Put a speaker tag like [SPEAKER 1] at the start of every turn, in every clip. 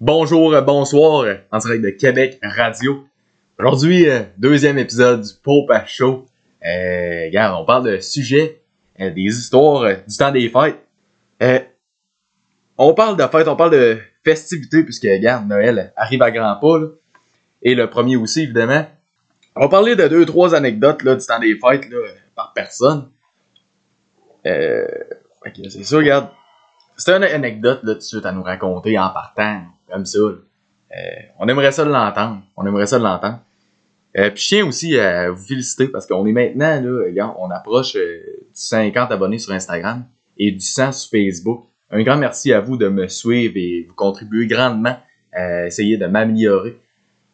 [SPEAKER 1] Bonjour, euh, bonsoir, euh, en direct de Québec Radio. Aujourd'hui, euh, deuxième épisode du Pop à Show. Euh, regarde, on parle de sujets, euh, des histoires, euh, du temps des fêtes. Euh, on parle de fêtes, on parle de festivités, puisque, regarde, Noël arrive à grands pas, là. et le premier aussi, évidemment. On va parler de deux, trois anecdotes là, du temps des fêtes là, par personne. Euh, ok, c'est ça, regarde. C'est une anecdote là, tout de suite à nous raconter en partant, comme ça. là. Euh, on aimerait ça de l'entendre. On aimerait ça de l'entendre. Euh, puis je tiens aussi à vous féliciter parce qu'on est maintenant, là, gars, on approche euh, du 50 abonnés sur Instagram et du 100 sur Facebook. Un grand merci à vous de me suivre et vous contribuez grandement à essayer de m'améliorer.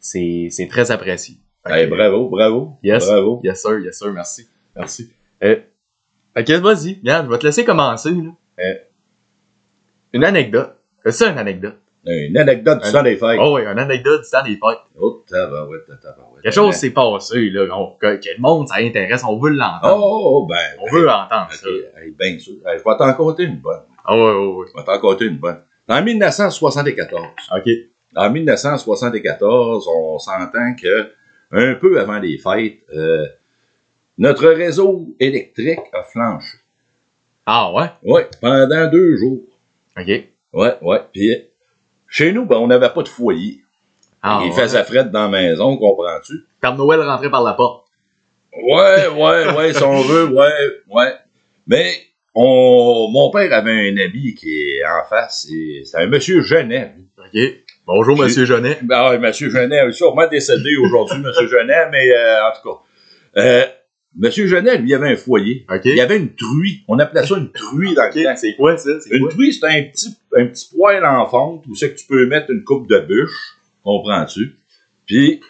[SPEAKER 1] C'est c'est très apprécié. Fait que,
[SPEAKER 2] Eh, bravo, bravo.
[SPEAKER 1] Yes.
[SPEAKER 2] Bravo.
[SPEAKER 1] Yes sir, yes sir, merci. Merci. Euh, ok, vas-y, regarde, je vais te laisser commencer. là. Euh, une anecdote. C'est ça une anecdote.
[SPEAKER 2] Une anecdote du
[SPEAKER 1] Un-
[SPEAKER 2] temps des fêtes.
[SPEAKER 1] Oh oui, une anecdote du temps des fêtes.
[SPEAKER 2] Oh, tabarouette, tabarouette.
[SPEAKER 1] Quelque chose s'est passé, là. on- que, que le monde, ça intéresse, on veut
[SPEAKER 2] Oh,
[SPEAKER 1] l'entendre.
[SPEAKER 2] oh, oh, ben.
[SPEAKER 1] On veut entendre ça.
[SPEAKER 2] bien sûr. Eh, je vais t'en compter une bonne.
[SPEAKER 1] Ah ouais, ouais,
[SPEAKER 2] Je vais t'en compter une bonne. En 1974,
[SPEAKER 1] ouais.
[SPEAKER 2] en 1974, on s'entend que un peu avant les fêtes, euh, notre réseau électrique a flanché.
[SPEAKER 1] Ok. Ah ouais?
[SPEAKER 2] Oui, pendant deux jours.
[SPEAKER 1] Ok.
[SPEAKER 2] Oui, oui. Puis, euh, chez nous, ben, on n'avait pas de foyer.
[SPEAKER 1] Ah,
[SPEAKER 2] Il
[SPEAKER 1] ouais.
[SPEAKER 2] faisait fret dans la maison, comprends-tu?
[SPEAKER 1] Père Noël rentrait par la porte.
[SPEAKER 2] Ouais, ouais, ouais, si on veut, ouais, ouais. Mais on, mon père avait un ami qui est en face, et c'est un monsieur Genet. lui.
[SPEAKER 1] Ok. Bonjour,
[SPEAKER 2] J'ai-
[SPEAKER 1] Monsieur Jeunet.
[SPEAKER 2] Ben, ah, monsieur Genet est sûrement décédé aujourd'hui, monsieur Genet, mais euh, en tout cas. Euh, monsieur Genet, lui, avait un foyer.
[SPEAKER 1] Ok.
[SPEAKER 2] Il y avait une truie. On appelait ça une truie dans le
[SPEAKER 1] Ok,
[SPEAKER 2] temps.
[SPEAKER 1] C'est quoi ça? C'est
[SPEAKER 2] Une
[SPEAKER 1] quoi?
[SPEAKER 2] truie, c'est un petit, un petit poêle en fonte où c'est que tu peux mettre une coupe de bûche, comprends-tu? Puis,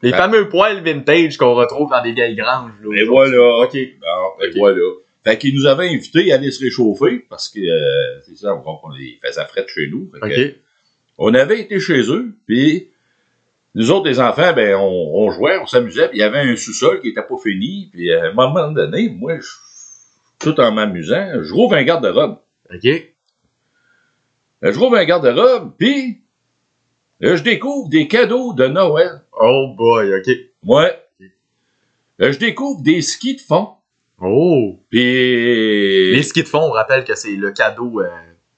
[SPEAKER 1] Les
[SPEAKER 2] Ben-
[SPEAKER 1] fameux poils vintage qu'on retrouve dans des vieilles granges. Là,
[SPEAKER 2] et Ben voilà.
[SPEAKER 1] Ok.
[SPEAKER 2] Bon, et
[SPEAKER 1] Ok.
[SPEAKER 2] voilà. Fait qu'il nous avait invités à aller se réchauffer parce que euh, c'est ça, on comprend qu'on les faisait fret chez nous. Fait que,
[SPEAKER 1] Ok.
[SPEAKER 2] On avait été chez eux, puis nous autres, les enfants, ben, on, on jouait, on s'amusait, puis il y avait un sous-sol qui était pas fini, puis euh, à un moment donné, moi, je- tout en m'amusant, je rouvre un garde-robe. Euh,
[SPEAKER 1] Ok.
[SPEAKER 2] Je rouvre un garde-robe, puis là, je découvre des cadeaux de Noël.
[SPEAKER 1] Oh boy, ok.
[SPEAKER 2] Ouais. Là, je découvre des skis de fond,
[SPEAKER 1] Oh!
[SPEAKER 2] puis...
[SPEAKER 1] Les skis de fond, on rappelle que c'est le cadeau euh,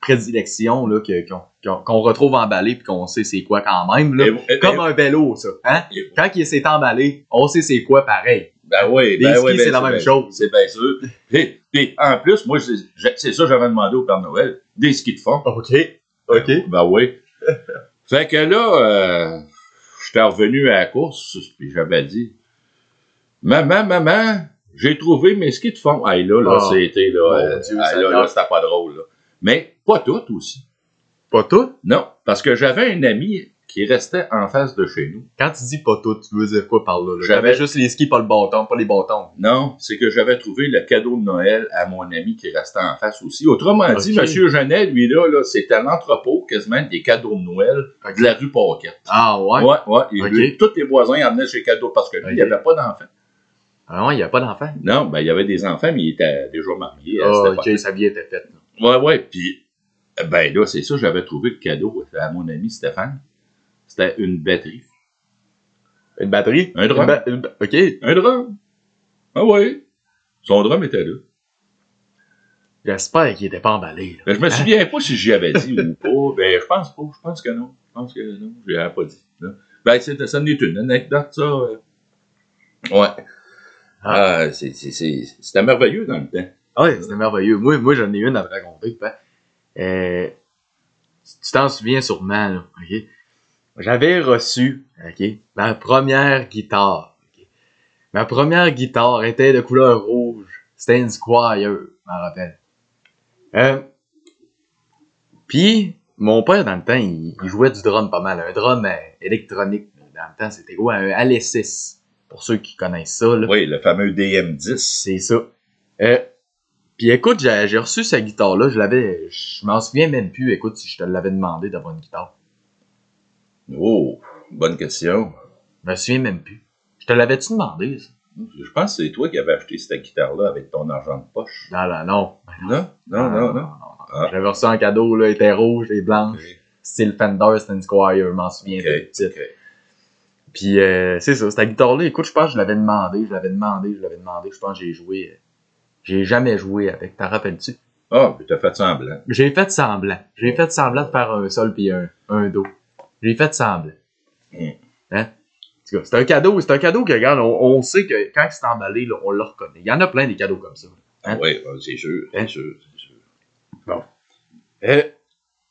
[SPEAKER 1] prédilection là, que- qu'on qu'on- qu'on retrouve emballé puis qu'on sait c'est quoi quand même. Là.
[SPEAKER 2] Et- et-
[SPEAKER 1] Comme un vélo, ça. Hein?
[SPEAKER 2] et-
[SPEAKER 1] Quand il s'est emballé, on sait c'est quoi pareil.
[SPEAKER 2] Ben oui,
[SPEAKER 1] Les
[SPEAKER 2] ben
[SPEAKER 1] skis,
[SPEAKER 2] oui, ben
[SPEAKER 1] c'est la même
[SPEAKER 2] bien-
[SPEAKER 1] chose.
[SPEAKER 2] C'est bien sûr. Et, et en plus, moi, c'est j'ai- c'est ça que j'avais demandé au Père Noël, des skis de fond.
[SPEAKER 1] OK. OK.
[SPEAKER 2] Ben oui. fait que là, euh, j'étais revenu à la course, puis j'avais dit, « Maman, maman, j'ai trouvé mes skis de fond. » Hey là, là,
[SPEAKER 1] Ah.
[SPEAKER 2] c'était, là,
[SPEAKER 1] Mon
[SPEAKER 2] euh,
[SPEAKER 1] Dieu,
[SPEAKER 2] hey, là,
[SPEAKER 1] Seigneur.
[SPEAKER 2] là, c'était pas drôle, là. Mais pas toutes aussi.
[SPEAKER 1] Pas tout?
[SPEAKER 2] Non, parce que j'avais un ami qui restait en face de chez nous.
[SPEAKER 1] Quand tu dis pas tout, tu veux dire quoi par là? là?
[SPEAKER 2] J'avais-
[SPEAKER 1] J'avais juste les skis, pas le bâton, pas les bâtons.
[SPEAKER 2] Non, c'est que j'avais trouvé le cadeau de Noël à mon ami qui restait en face aussi. Autrement dit,
[SPEAKER 1] Ok.
[SPEAKER 2] Monsieur Genet, lui, là, là c'était l'entrepôt quasiment des cadeaux de Noël de la rue Paquette.
[SPEAKER 1] Ah ouais?
[SPEAKER 2] Ouais, ouais. et
[SPEAKER 1] Ok.
[SPEAKER 2] lui, tous les voisins emmenaient ses cadeaux parce que lui,
[SPEAKER 1] Ok.
[SPEAKER 2] il n'y avait pas d'enfants.
[SPEAKER 1] Ah ouais, il n'y a pas d'enfant.
[SPEAKER 2] Non, ben, il y avait des enfants, mais il était déjà marié à
[SPEAKER 1] Ah,
[SPEAKER 2] cette
[SPEAKER 1] ok, sa vie était faite. là.
[SPEAKER 2] époque. Ouais, ouais. Puis, ben là, c'est ça, j'avais trouvé le cadeau à mon ami Stéphane. C'était une batterie.
[SPEAKER 1] Une batterie?
[SPEAKER 2] Un drum.
[SPEAKER 1] Une ba- une ba- OK.
[SPEAKER 2] Un drum. Ah ouais. Son drum était là.
[SPEAKER 1] J'espère qu'il était pas emballé. là.
[SPEAKER 2] Ben, je me
[SPEAKER 1] Hein?
[SPEAKER 2] souviens pas si j'y avais dit ou pas. Ben, je pense pas. Je pense que non. Je pense que non. Je l'avais pas dit. là. Ben, c'est, ça n'est une anecdote, ça. euh. Ouais. Ah, c'est, c'est, c'est- c'était merveilleux dans le temps.
[SPEAKER 1] Ah Ouais, c'était merveilleux. Moi, moi j'en ai une à te raconter. Ben, euh, tu t'en souviens sûrement, là, ok? J'avais reçu ok, ma première guitare. ok? Ma première guitare était de couleur rouge. C'était une Squire, je m'en rappelle. Euh, Puis, mon père, dans le temps, il, il jouait du drum pas mal. Un drum euh, électronique, dans le temps, c'était quoi? Un LS6, pour ceux qui connaissent ça. Là.
[SPEAKER 2] Oui, le fameux DM10.
[SPEAKER 1] C'est ça. Euh, puis écoute, j'ai j'ai reçu sa guitare-là, je l'avais. Je m'en souviens même plus, écoute, si je te l'avais demandé d'avoir une guitare.
[SPEAKER 2] Oh, bonne question.
[SPEAKER 1] Je me souviens même plus. Je te l'avais-tu demandé, ça?
[SPEAKER 2] Je pense que c'est toi qui avais acheté cette guitare-là avec ton argent de poche.
[SPEAKER 1] Non, non, non.
[SPEAKER 2] Non, non, non, non. Ah.
[SPEAKER 1] J'avais reçu un cadeau, là, elle était rouge et blanche. style Fender Stan Squire, je m'en souviens
[SPEAKER 2] Ok,
[SPEAKER 1] de tout de suite.
[SPEAKER 2] ok.
[SPEAKER 1] Puis euh, c'est ça, cette guitare-là, écoute, je pense que je l'avais demandé, je l'avais demandé, je l'avais demandé, je pense que j'ai joué. euh, j'ai jamais joué avec, t'en rappelles-tu?
[SPEAKER 2] Ah, puis t'as fait semblant.
[SPEAKER 1] J'ai fait semblant. J'ai fait semblant de faire un sol puis un, un dos. J'ai fait semblant.
[SPEAKER 2] Mm.
[SPEAKER 1] Hein? En tout cas, C'est un cadeau, c'est un cadeau que, regarde, on, on sait que quand c'est emballé, là, on le reconnaît. Il y en a plein des cadeaux comme ça. Hein?
[SPEAKER 2] Oui, ah, c'est sûr, c'est
[SPEAKER 1] Hein?
[SPEAKER 2] sûr, c'est sûr.
[SPEAKER 1] Euh,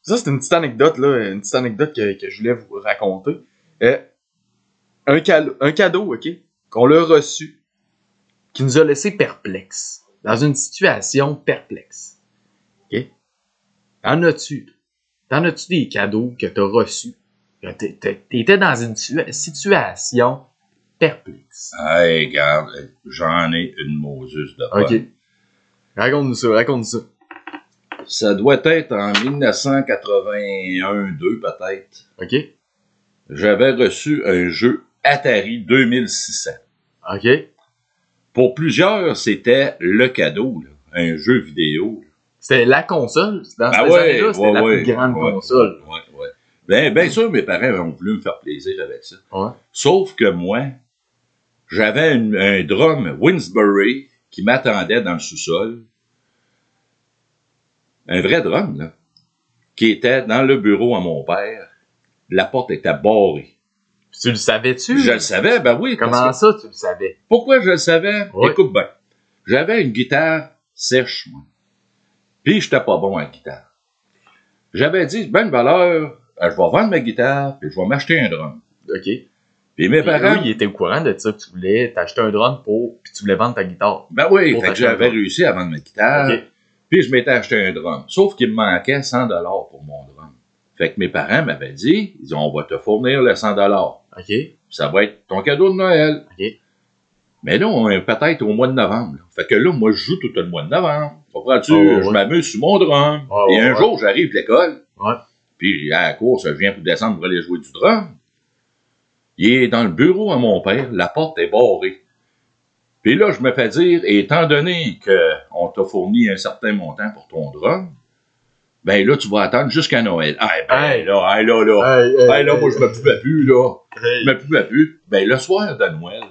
[SPEAKER 1] ça, c'est une petite anecdote, là, une petite anecdote que, que je voulais vous raconter. Euh, un, cal- un cadeau, OK, qu'on l'a reçu, qui nous a laissé perplexes, dans une situation perplexe. OK? T'en as-tu? T'en as-tu des cadeaux que t'as reçus? que t'é- t'é- T'étais dans une situa- situation perplexe.
[SPEAKER 2] Hey, regarde, j'en ai une Moses de bonne.
[SPEAKER 1] OK. Raconte-nous ça, raconte-nous ça.
[SPEAKER 2] Ça doit être en 1981-2 peut-être.
[SPEAKER 1] OK?
[SPEAKER 2] J'avais reçu un jeu Atari 2600.
[SPEAKER 1] OK?
[SPEAKER 2] Pour plusieurs, c'était le cadeau, là, un jeu vidéo.
[SPEAKER 1] C'était la console. Dans
[SPEAKER 2] Ah
[SPEAKER 1] ces
[SPEAKER 2] ouais,
[SPEAKER 1] années-là, c'était
[SPEAKER 2] ouais,
[SPEAKER 1] la
[SPEAKER 2] ouais,
[SPEAKER 1] plus grande
[SPEAKER 2] ouais,
[SPEAKER 1] console.
[SPEAKER 2] ouais, ouais. Ben, bien sûr, mes parents ont voulu me faire plaisir avec ça.
[SPEAKER 1] Ouais.
[SPEAKER 2] Sauf que moi, j'avais une- un drum Winsbury qui m'attendait dans le sous-sol. Un vrai drum, là. Qui était dans le bureau à mon père. La porte était barrée.
[SPEAKER 1] Puis tu le savais-tu?
[SPEAKER 2] Je le savais, ben oui. parce
[SPEAKER 1] Hmm. Comment ça, tu le savais?
[SPEAKER 2] que- pourquoi je le savais?
[SPEAKER 1] Ouais.
[SPEAKER 2] Écoute bien. J'avais une guitare sèche, moi. Puis, j'étais pas bon à la guitare. J'avais dit, bonne valeur, euh, je vais vendre ma guitare, puis je vais m'acheter un drum.
[SPEAKER 1] OK. Puis
[SPEAKER 2] Puis
[SPEAKER 1] Eh
[SPEAKER 2] mes parents...
[SPEAKER 1] eux, ils étaient au courant de ça que tu voulais t'acheter un drum pour... Puis tu voulais vendre ta guitare.
[SPEAKER 2] Ben oui,
[SPEAKER 1] Pour
[SPEAKER 2] fait que
[SPEAKER 1] t'acheter un
[SPEAKER 2] j'avais
[SPEAKER 1] drum.
[SPEAKER 2] réussi à vendre ma guitare,
[SPEAKER 1] OK.
[SPEAKER 2] puis je m'étais acheté un drum. Sauf qu'il me manquait 100 dollars pour mon drum. Fait que mes parents m'avaient dit, ils ont, on va te fournir le 100 dollars.
[SPEAKER 1] OK.
[SPEAKER 2] Ça va être ton cadeau de Noël.
[SPEAKER 1] OK.
[SPEAKER 2] Mais là, on est peut-être au mois de novembre. là. Fait que là, moi, je joue tout le mois de novembre. Comprends-tu?
[SPEAKER 1] Ah,
[SPEAKER 2] je
[SPEAKER 1] ouais.
[SPEAKER 2] m'amuse sur mon drum.
[SPEAKER 1] Ah,
[SPEAKER 2] Et
[SPEAKER 1] ouais,
[SPEAKER 2] un
[SPEAKER 1] ouais.
[SPEAKER 2] jour, j'arrive de l'école.
[SPEAKER 1] Ouais.
[SPEAKER 2] Puis à la course, je viens pour descendre pour aller jouer du drum. Il est dans le bureau à mon père. La porte est barrée. Puis là, je me fais dire, étant donné qu'on t'a fourni un certain montant pour ton drum, ben là, tu vas attendre jusqu'à Noël. Ah, ben
[SPEAKER 1] Hey.
[SPEAKER 2] là, hey, là, là.
[SPEAKER 1] Hey,
[SPEAKER 2] Hey, Ben là, moi, je me pouvais plus, là.
[SPEAKER 1] hey.
[SPEAKER 2] Je me pouvais plus. Ben, le soir de Noël.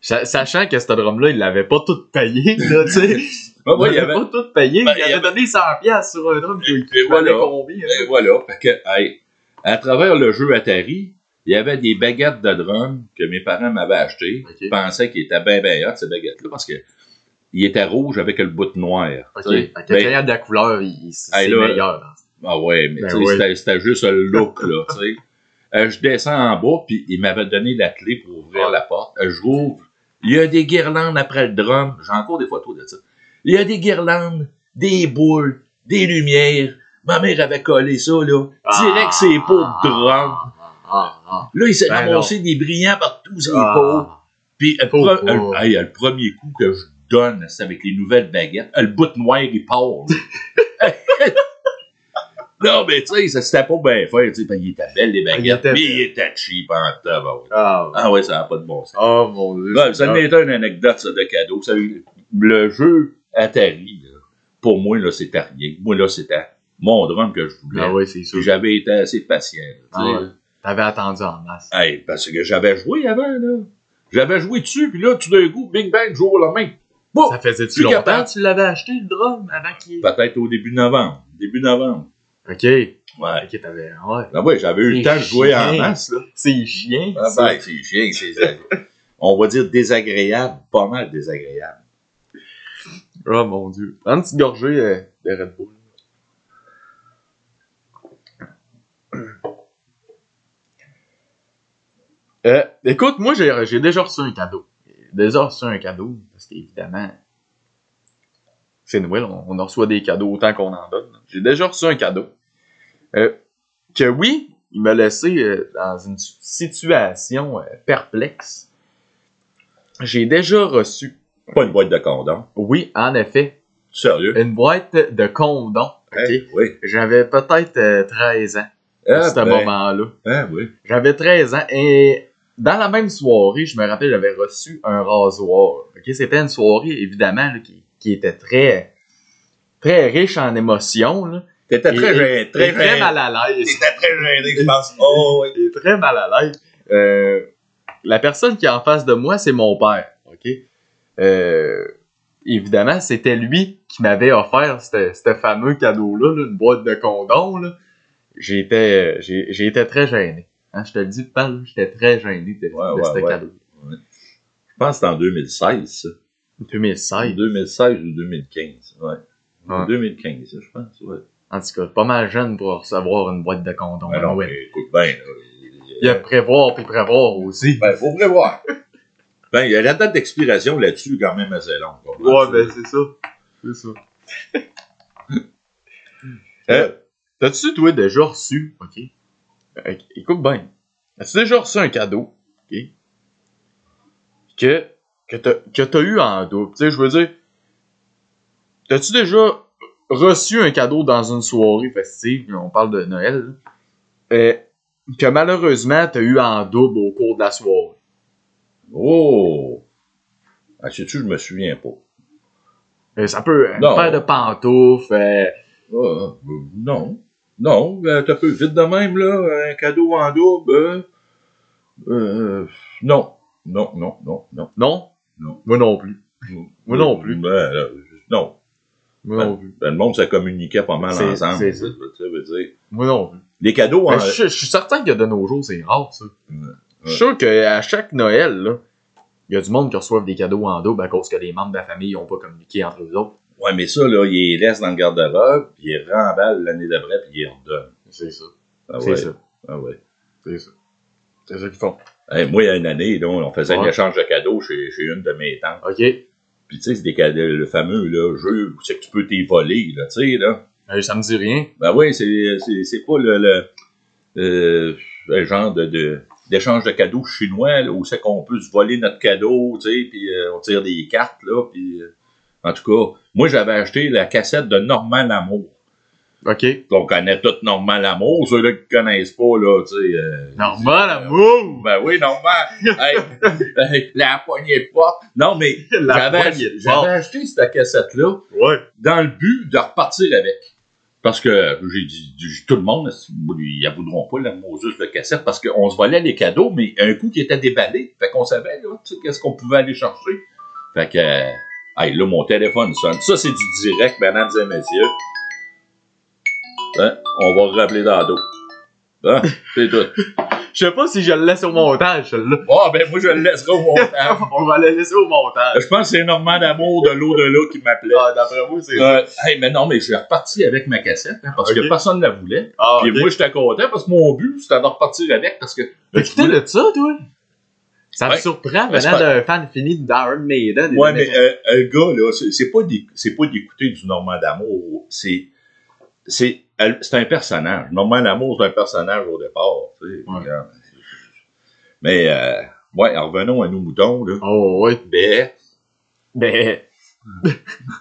[SPEAKER 1] Sa- Sachant que ce drum-là, il l'avait pas tout payé, là, tu sais.
[SPEAKER 2] Ben, moi, il y
[SPEAKER 1] l'avait
[SPEAKER 2] avait.
[SPEAKER 1] pas tout payé.
[SPEAKER 2] Ben,
[SPEAKER 1] il
[SPEAKER 2] il y
[SPEAKER 1] avait donné 100 piastres sur un drum qui
[SPEAKER 2] Et
[SPEAKER 1] qui valait
[SPEAKER 2] voilà.
[SPEAKER 1] combien?
[SPEAKER 2] Ben, voilà. Fait que, hey, à travers le jeu Atari, il y avait des baguettes de drum que mes parents m'avaient achetées.
[SPEAKER 1] OK.
[SPEAKER 2] Je pensais qu'ils étaient bien, bien hot, ces baguettes-là, parce que ils étaient rouges avec le bout noir.
[SPEAKER 1] OK.
[SPEAKER 2] tu sais.
[SPEAKER 1] Fait que
[SPEAKER 2] Ben,
[SPEAKER 1] le client de la couleur, il- il- c'est
[SPEAKER 2] Hey, là,
[SPEAKER 1] meilleur. hein.
[SPEAKER 2] Ah ouais, mais
[SPEAKER 1] Ben
[SPEAKER 2] tu sais,
[SPEAKER 1] oui.
[SPEAKER 2] c'était- c'était juste le look, là, tu sais. Euh, je descends en bas, puis il m'avait donné la clé pour ouvrir la porte. Euh, je rouvre. Il y a des guirlandes après le drum. J'ai encore des photos de ça. Il y a des guirlandes, des boules, des lumières. Ma mère avait collé ça, là. Direct, ses pots de drum.
[SPEAKER 1] Ah, ah, ah,
[SPEAKER 2] Là, il s'est
[SPEAKER 1] Ben
[SPEAKER 2] ramassé des brillants partout, ses
[SPEAKER 1] ah.
[SPEAKER 2] pots. Puis, euh,
[SPEAKER 1] Pauvre,
[SPEAKER 2] pre-
[SPEAKER 1] pauvre.
[SPEAKER 2] euh, hey, euh, le premier coup que je donne, c'est avec les nouvelles baguettes. Euh, le bout noir, il part. là. non, mais tu sais, ça, c'était pas bien fait. tu sais, ben, il était belle, les
[SPEAKER 1] Ah, Il
[SPEAKER 2] baguettes.
[SPEAKER 1] était
[SPEAKER 2] mais il était cheap en tabarouette.
[SPEAKER 1] Ah, ouais.
[SPEAKER 2] Ah ouais, ça n'a pas de bon sens.
[SPEAKER 1] Oh mon dieu.
[SPEAKER 2] Bref, ça m'était une anecdote, ça, de cadeau. Ça, le jeu Atari, là, pour moi, là, c'était rien. Moi, là, c'était mon drum que je voulais.
[SPEAKER 1] Ah ouais, c'est sûr.
[SPEAKER 2] Puis J'avais été assez patient. là, tu
[SPEAKER 1] Ah
[SPEAKER 2] sais.
[SPEAKER 1] ouais. T'avais attendu en masse.
[SPEAKER 2] Hey, parce que j'avais joué avant, là. J'avais joué dessus, puis là, tout d'un coup, Big Bang, jour au lendemain. Boum!
[SPEAKER 1] Ça faisait-tu
[SPEAKER 2] Ah. Plus
[SPEAKER 1] longtemps
[SPEAKER 2] capable.
[SPEAKER 1] que tu l'avais acheté, le drum, avant qu'il...
[SPEAKER 2] Peut-être au début novembre. Début novembre.
[SPEAKER 1] OK.
[SPEAKER 2] Ouais.
[SPEAKER 1] OK, t'avais... Ouais.
[SPEAKER 2] Ah ouais, j'avais eu le
[SPEAKER 1] C'est
[SPEAKER 2] temps de jouer en
[SPEAKER 1] chiant.
[SPEAKER 2] masse, là.
[SPEAKER 1] C'est chien,
[SPEAKER 2] Ah
[SPEAKER 1] ça.
[SPEAKER 2] ben, c'est chiant, c'est... On va dire désagréable, pas mal désagréable.
[SPEAKER 1] Oh mon dieu. Prends Une petite gorgée euh, de Red Bull. Euh, écoute, moi j'ai j'ai déjà reçu un cadeau. Déjà reçu un cadeau, parce qu'évidemment, c'est Noël, on, on en reçoit des cadeaux autant qu'on en donne. J'ai déjà reçu un cadeau. Euh, que oui, il m'a laissé euh, dans une situation euh, perplexe. J'ai déjà reçu,
[SPEAKER 2] Pas une boîte de condom.
[SPEAKER 1] oui, en effet,
[SPEAKER 2] Sérieux?
[SPEAKER 1] une boîte de condoms. ok?
[SPEAKER 2] Hein? Oui.
[SPEAKER 1] J'avais peut-être euh, 13 ans à
[SPEAKER 2] Ah,
[SPEAKER 1] ce
[SPEAKER 2] ben,
[SPEAKER 1] moment-là.
[SPEAKER 2] hein, oui.
[SPEAKER 1] J'avais 13 ans et dans la même soirée, je me rappelle, j'avais reçu un rasoir. ok? C'était une soirée, évidemment, là, qui, qui était très, très riche en émotions. là.
[SPEAKER 2] T'étais très
[SPEAKER 1] Il-
[SPEAKER 2] gêné.
[SPEAKER 1] Il est
[SPEAKER 2] Très
[SPEAKER 1] très
[SPEAKER 2] gêné.
[SPEAKER 1] mal à l'aise.
[SPEAKER 2] T'étais très gêné, je pense. Oh, oui.
[SPEAKER 1] Il est très mal à l'aise. Euh, la personne qui est en face de moi, c'est mon père. OK? Euh, évidemment, c'était lui qui m'avait offert ce ce fameux cadeau-là, là, une boîte de condoms. là. J'étais, euh, j'ai j'ai été très gêné. Hein, je te le dis, Paul, j'étais très gêné de,
[SPEAKER 2] Ouais,
[SPEAKER 1] de
[SPEAKER 2] ouais,
[SPEAKER 1] ce
[SPEAKER 2] ouais.
[SPEAKER 1] cadeau.
[SPEAKER 2] Je pense que c'était en 2016, ça.
[SPEAKER 1] 2016.
[SPEAKER 2] 2016 ou 2015, ouais.
[SPEAKER 1] Ouais.
[SPEAKER 2] 2015, je pense, ouais.
[SPEAKER 1] En tout cas, pas mal jeune pour recevoir une boîte de condoms.
[SPEAKER 2] Ben non,
[SPEAKER 1] Ouais.
[SPEAKER 2] mais écoute, ben, là,
[SPEAKER 1] Il y a prévoir puis prévoir aussi.
[SPEAKER 2] ben, faut prévoir. ben, il y a la date d'expiration là-dessus quand même assez longue. on
[SPEAKER 1] Ouais,
[SPEAKER 2] comprend
[SPEAKER 1] ben c'est ça. C'est ça.
[SPEAKER 2] ça.
[SPEAKER 1] Euh, T'as-tu, toi, déjà reçu, OK? Euh, écoute bien. As-tu déjà reçu un cadeau, OK? Que, que t'as que t'as eu en double? Tu sais, je veux dire, t'as-tu déjà reçu un cadeau dans une soirée festive, on parle de Noël, là, euh, que malheureusement, t'as eu en double au cours de la soirée?
[SPEAKER 2] Oh! Ah, sais-tu, je me souviens pas.
[SPEAKER 1] Euh, ça peut être
[SPEAKER 2] Non.
[SPEAKER 1] une paire de pantoufles, euh,
[SPEAKER 2] Ah, euh, non. Non, euh, t'as peu vite de même, là, un cadeau en double. euh, euh, non. Non, non, non, non.
[SPEAKER 1] non?
[SPEAKER 2] Non.
[SPEAKER 1] Moi non plus. Moi non plus.
[SPEAKER 2] Ben, là, non.
[SPEAKER 1] Moi non plus.
[SPEAKER 2] Ben, le monde, ça communiquait pas mal
[SPEAKER 1] C'est-
[SPEAKER 2] ensemble.
[SPEAKER 1] c'est ça.
[SPEAKER 2] Ça veut dire.
[SPEAKER 1] Moi non plus.
[SPEAKER 2] Les cadeaux en.
[SPEAKER 1] Ben, je, je suis certain que de nos jours, c'est rare, ça. Je suis
[SPEAKER 2] ouais.
[SPEAKER 1] sûr qu'à chaque Noël, là, il y a du monde qui reçoivent des cadeaux en double à cause que les membres de la famille n'ont pas communiqué entre eux autres.
[SPEAKER 2] Ouais, mais ça, là, il les laisse dans le garde-robe, puis il remballe l'année d'après, puis il redonne.
[SPEAKER 1] C'est ça.
[SPEAKER 2] Ah
[SPEAKER 1] c'est
[SPEAKER 2] ouais.
[SPEAKER 1] ça.
[SPEAKER 2] Ah ouais.
[SPEAKER 1] C'est ça. C'est ça qu'ils font.
[SPEAKER 2] Hey, moi, il y a une année, là, on faisait un
[SPEAKER 1] Ouais.
[SPEAKER 2] échange de cadeaux chez, chez une de mes tantes.
[SPEAKER 1] OK. Euh,
[SPEAKER 2] Puis tu sais, c'est des cadeaux, le fameux là, jeu où c'est que tu peux t'y voler, là, tu sais, là.
[SPEAKER 1] ça me dit rien.
[SPEAKER 2] Ben oui, c'est, c'est, c'est pas le, le, euh, le genre de, de- d'échange de cadeaux chinois, là, où c'est qu'on peut se voler notre cadeau, tu sais, puis euh, on tire des cartes, là, puis... euh, en tout cas, moi, j'avais acheté la cassette de Normal Amour.
[SPEAKER 1] OK.
[SPEAKER 2] On connaît tout Normal Amour. Ceux-là qui connaissent pas, là, tu sais. euh,
[SPEAKER 1] Normal, amour!
[SPEAKER 2] Ben oui, Normal. Hey, hey, la poignée de porte. Non, mais
[SPEAKER 1] La
[SPEAKER 2] j'avais
[SPEAKER 1] poignée de
[SPEAKER 2] j'avais
[SPEAKER 1] porte.
[SPEAKER 2] acheté cette cassette-là
[SPEAKER 1] Ouais.
[SPEAKER 2] dans le but de repartir avec. Parce que j'ai dit, j'ai- tout le monde, ils ne voudront pas la Moses de cassette parce qu'on se volait les cadeaux, mais un coup qui était déballé, fait qu'on savait là, tu sais, qu'est-ce qu'on pouvait aller chercher. Fait que, euh, hey, là, mon téléphone sonne. Ça, c'est du direct, mesdames et messieurs. Hein, on va le rappeler dans dos. Hein, c'est tout.
[SPEAKER 1] Je sais pas si je le laisse au montage, celle-là.
[SPEAKER 2] Ah, ben moi, je le laisserai au montage.
[SPEAKER 1] On va le laisser au montage.
[SPEAKER 2] Je pense que c'est Normand d'amour de l'eau de l'eau qui m'appelait.
[SPEAKER 1] Ah, d'après vous, c'est.
[SPEAKER 2] Euh, hey, mais non, mais je suis reparti avec ma cassette hein, parce que
[SPEAKER 1] Ok.
[SPEAKER 2] personne ne la voulait.
[SPEAKER 1] Ah,
[SPEAKER 2] Puis
[SPEAKER 1] ok.
[SPEAKER 2] moi, j'étais content parce que mon but, c'était de repartir avec parce que.
[SPEAKER 1] T'as quitté le ça, toi? Ça me
[SPEAKER 2] Ouais.
[SPEAKER 1] surprend
[SPEAKER 2] Ben, c'est
[SPEAKER 1] venant
[SPEAKER 2] pas-
[SPEAKER 1] d'un fan fini d'Iron Maiden. et
[SPEAKER 2] Ouais,
[SPEAKER 1] de
[SPEAKER 2] mais euh, un gars, là, c'est c'est pas d'éc- c'est pas d'écouter du Normand d'amour. C'est. C'est elle- c'est un personnage. Normand d'amour, c'est un personnage au départ. tu sais.
[SPEAKER 1] Ouais.
[SPEAKER 2] Regarde. Mais, euh, ouais, alors revenons à nos moutons, là.
[SPEAKER 1] Oh, ouais.
[SPEAKER 2] Ben,
[SPEAKER 1] Ben.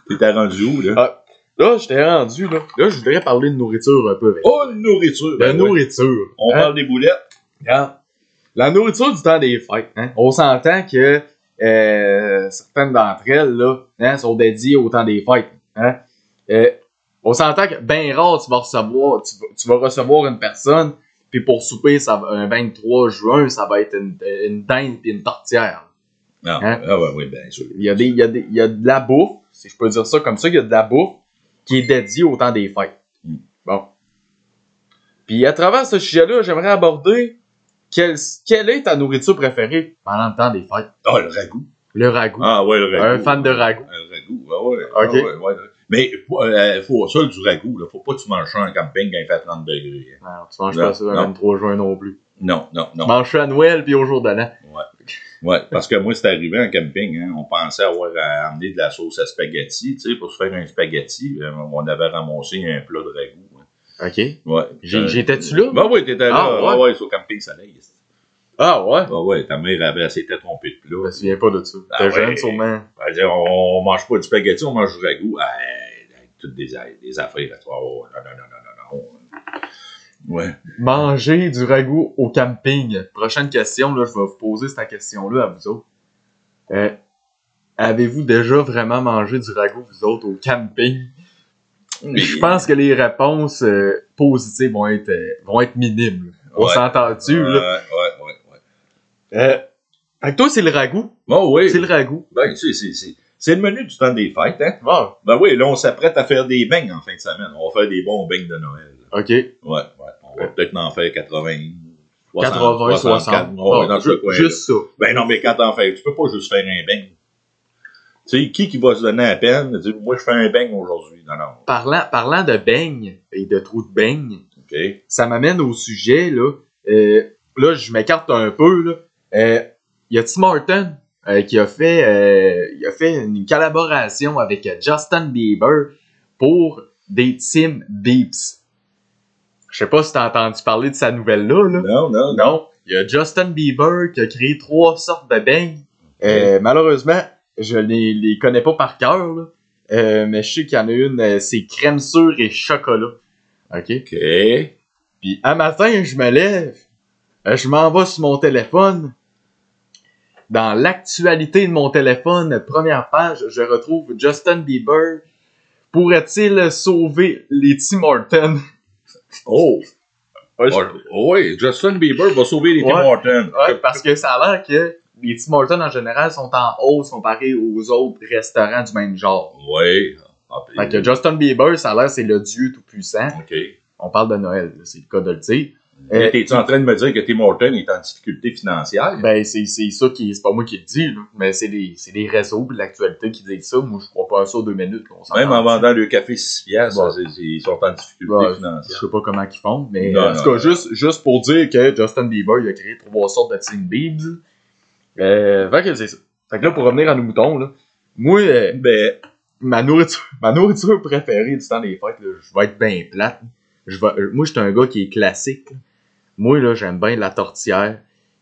[SPEAKER 2] t'étais rendu où, là?
[SPEAKER 1] Ah. Là, je t'ai rendu, là. Là, je voudrais parler de nourriture un peu. Ben.
[SPEAKER 2] Oh, nourriture!
[SPEAKER 1] la
[SPEAKER 2] Ben ouais.
[SPEAKER 1] nourriture.
[SPEAKER 2] On
[SPEAKER 1] hein.
[SPEAKER 2] parle des boulettes.
[SPEAKER 1] Regarde. La nourriture du temps des fêtes. Hein? On s'entend que euh, certaines d'entre elles là, hein, sont dédiées au temps des fêtes. Hein? Euh, on s'entend que bien rare, tu vas recevoir, tu, vas- tu vas recevoir une personne, puis pour souper, ça, va- un 23 juin, ça va être une, une dinde puis une tortière.
[SPEAKER 2] Ah,
[SPEAKER 1] Hein?
[SPEAKER 2] ah ouais, oui, bien sûr.
[SPEAKER 1] Il y, a des, il, y a des- il y a de la bouffe, si je peux dire ça comme ça, il y a de la bouffe qui est dédiée au temps des fêtes.
[SPEAKER 2] Mm.
[SPEAKER 1] Bon. Puis à travers ce sujet-là, j'aimerais aborder quelle, quelle est ta nourriture préférée pendant le temps des fêtes?
[SPEAKER 2] Ah, le ragoût.
[SPEAKER 1] Le ragoût.
[SPEAKER 2] Ah ouais, le
[SPEAKER 1] Un
[SPEAKER 2] ragoût.
[SPEAKER 1] fan de ragoût.
[SPEAKER 2] Un ragoût, ah ouais.
[SPEAKER 1] Ok.
[SPEAKER 2] ah ouais, ouais. Mais euh, faut ça, du ragoût, là. Faut pas que tu manges ça en camping quand il fait 30 degrés. hein.
[SPEAKER 1] Non, tu manges
[SPEAKER 2] Non,
[SPEAKER 1] pas ça le
[SPEAKER 2] non.
[SPEAKER 1] 23 juin non plus.
[SPEAKER 2] Non, non, non.
[SPEAKER 1] Mange ça à Noël puis au jour de l'an.
[SPEAKER 2] Ouais, parce que moi, c'est arrivé en camping, hein, on pensait avoir à amener de la sauce à spaghetti, tu sais, pour se faire un spaghetti. euh, On avait ramassé un plat de ragoût. hein.
[SPEAKER 1] OK.
[SPEAKER 2] Ouais.
[SPEAKER 1] J'ai-
[SPEAKER 2] Euh,
[SPEAKER 1] J'étais-tu là?
[SPEAKER 2] Ben oui, t'étais là.
[SPEAKER 1] Ah,
[SPEAKER 2] Ah ouais, c'est au camping soleil.
[SPEAKER 1] Ah ouais?
[SPEAKER 2] Ah ouais, ta mère avait, elle s'était trompée de
[SPEAKER 1] Je me
[SPEAKER 2] plat.
[SPEAKER 1] souviens pas de ça.
[SPEAKER 2] Ah
[SPEAKER 1] T'es
[SPEAKER 2] ouais.
[SPEAKER 1] jeune sûrement.
[SPEAKER 2] Elle disait, Ben, on, on mange pas du spaghetti, on mange du ragoût. Ah, Hey, toutes des, des affaires, là, toi. Oh, non, non, non, non, non, non. Ouais.
[SPEAKER 1] Manger du ragoût au camping. Prochaine question, là, je vais vous poser cette question-là à vous autres. Euh, Avez-vous déjà vraiment mangé du ragoût, vous autres, au camping?
[SPEAKER 2] Mais-
[SPEAKER 1] Je pense que les réponses euh, positives vont être, euh, vont être minimes. là. On
[SPEAKER 2] Ouais.
[SPEAKER 1] s'entend-tu,
[SPEAKER 2] Ouais,
[SPEAKER 1] là?
[SPEAKER 2] ouais, ouais, ouais.
[SPEAKER 1] Euh, fait que toi, c'est le ragoût.
[SPEAKER 2] Bon, oui.
[SPEAKER 1] C'est le ragoût.
[SPEAKER 2] Ben, tu sais, c'est- c'est- c'est le menu du temps des fêtes, hein?
[SPEAKER 1] Bon.
[SPEAKER 2] Ben oui, là, on s'apprête à faire des beignes en fin de semaine. On va faire des bons beignes de Noël. là.
[SPEAKER 1] OK.
[SPEAKER 2] Ouais, ouais. On va peut-être en faire 80, 60,
[SPEAKER 1] 80, 60.
[SPEAKER 2] 64. Ouais,
[SPEAKER 1] Bon,
[SPEAKER 2] dans ce coin-là.
[SPEAKER 1] juste ça.
[SPEAKER 2] Ben non, mais quand t'en fais, tu peux pas juste faire un beigne. Tu sais, qui qui va se donner à peine de dire, moi, je fais un beigne aujourd'hui? Non, non.
[SPEAKER 1] Parlant, parlant de beigne et de trous de beigne,
[SPEAKER 2] OK.
[SPEAKER 1] ça m'amène au sujet, là. Euh, là, je m'écarte un peu, là. Euh, Il y a Tim Horton euh, qui a fait, euh, il a fait une collaboration avec euh, Justin Bieber pour des Tim Beeps. Je sais pas si t'as entendu parler de sa nouvelle-là, là.
[SPEAKER 2] Non, non, non.
[SPEAKER 1] Non, il y a Justin Bieber qui a créé trois sortes de beignes. Euh, malheureusement, je les, les connais pas par cœur, là. Euh, mais je sais qu'il y en a une, euh, c'est crème sûre et chocolat. OK?
[SPEAKER 2] OK. Ouais,
[SPEAKER 1] Puis un matin, je me lève, euh, je m'en vais sur mon téléphone. Dans l'actualité de mon téléphone, première page, je retrouve Justin Bieber. Pourrait-il sauver les Tim Hortons?
[SPEAKER 2] Oh!
[SPEAKER 1] Ouais,
[SPEAKER 2] Oui, Justin Bieber va sauver les Tim
[SPEAKER 1] Ouais.
[SPEAKER 2] Hortons.
[SPEAKER 1] Ouais, parce que ça a l'air que les Tim Hortons en général sont en hausse comparé aux autres restaurants du même genre.
[SPEAKER 2] Oui. Ah, puis-
[SPEAKER 1] Fait que Justin Bieber, ça a l'air c'est le dieu tout-puissant.
[SPEAKER 2] OK.
[SPEAKER 1] On parle de Noël, là, c'est le cas de le dire.
[SPEAKER 2] Mais
[SPEAKER 1] Euh,
[SPEAKER 2] T'es-tu en train de me dire que Tim Horton est en difficulté financière?
[SPEAKER 1] Ben, c'est c'est ça qui. C'est pas moi qui le dis, là, mais c'est les, c'est les réseaux et l'actualité qui disent ça. Moi, je crois pas à ça aux deux minutes. on s'entend.
[SPEAKER 2] Même en vendant le café 6 piastres,
[SPEAKER 1] Ouais.
[SPEAKER 2] ça, c'est- c'est- ils sont en difficulté
[SPEAKER 1] Ouais. Je
[SPEAKER 2] financière.
[SPEAKER 1] sais pas comment ils font, mais
[SPEAKER 2] Non,
[SPEAKER 1] en
[SPEAKER 2] non,
[SPEAKER 1] tout cas,
[SPEAKER 2] non.
[SPEAKER 1] juste, juste pour dire que Justin Bieber, il a créé trois sortes de Team Beads. Euh, fait que c'est ça. Fait que là, pour revenir à nos moutons, là, moi, euh,
[SPEAKER 2] Ben,
[SPEAKER 1] ma, nourriture, ma nourriture préférée du temps des fêtes, là, je vais être bien plate. Je vais, euh, moi, je suis un gars qui est classique. là. Moi, là, j'aime bien la tortillère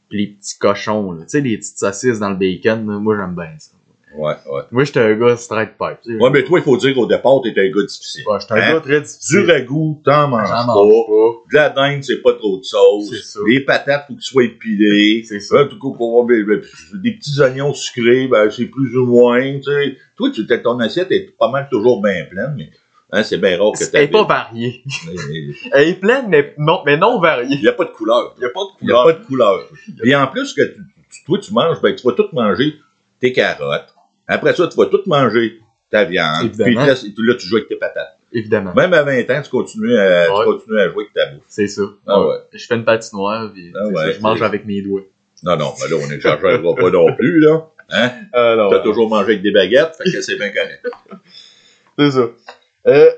[SPEAKER 1] pis les petits cochons. là. Tu sais, les petites saucisses dans le bacon, là, moi, j'aime bien ça.
[SPEAKER 2] ouais, ouais.
[SPEAKER 1] Moi, j'étais un gars straight pipe. tu sais.
[SPEAKER 2] Ouais, mais toi, il faut dire qu'au départ, t'es un gars difficile.
[SPEAKER 1] Ouais, j'étais un
[SPEAKER 2] Hein?
[SPEAKER 1] gars très
[SPEAKER 2] Du
[SPEAKER 1] difficile.
[SPEAKER 2] ragoût, t'en manges
[SPEAKER 1] J'en
[SPEAKER 2] pas.
[SPEAKER 1] mange pas.
[SPEAKER 2] De la dinde, c'est pas trop de
[SPEAKER 1] C'est
[SPEAKER 2] sauce.
[SPEAKER 1] ça.
[SPEAKER 2] Les patates, faut qu'elles soient épilées.
[SPEAKER 1] C'est ça.
[SPEAKER 2] En tout cas, pour- ben, ben, des petits oignons sucrés, ben, c'est plus ou moins. Tu sais. Toi, tu, ton assiette est pas mal toujours bien pleine, mais hein, c'est bien rare que
[SPEAKER 1] Elle est
[SPEAKER 2] t'aies.
[SPEAKER 1] pas variée.
[SPEAKER 2] Il
[SPEAKER 1] Elle est pleine, mais non, mais non variée.
[SPEAKER 2] n'y a pas de couleur.
[SPEAKER 1] Il n'y a pas de
[SPEAKER 2] Il n'y a pas de couleur. Et en plus que tu- tu- toi, tu manges, ben, tu vas tout manger tes carottes. Après ça, tu vas tout manger ta viande. Puis
[SPEAKER 1] Évidemment.
[SPEAKER 2] là, c'est- là, tu joues avec tes patates.
[SPEAKER 1] Évidemment.
[SPEAKER 2] Même à 20 ans, tu continues à, tu
[SPEAKER 1] Ouais.
[SPEAKER 2] continues à jouer avec ta bouffe.
[SPEAKER 1] C'est ça.
[SPEAKER 2] Ah ouais.
[SPEAKER 1] Je fais une patinoire et
[SPEAKER 2] Ah ouais,
[SPEAKER 1] je mange
[SPEAKER 2] c'est-
[SPEAKER 1] avec mes doigts.
[SPEAKER 2] Non, non, mais là, on n'exagérera pas non plus, là.
[SPEAKER 1] Alors,
[SPEAKER 2] T'as toujours mangé avec des baguettes, Ah fait que c'est bien correct.
[SPEAKER 1] C'est ça. Euh,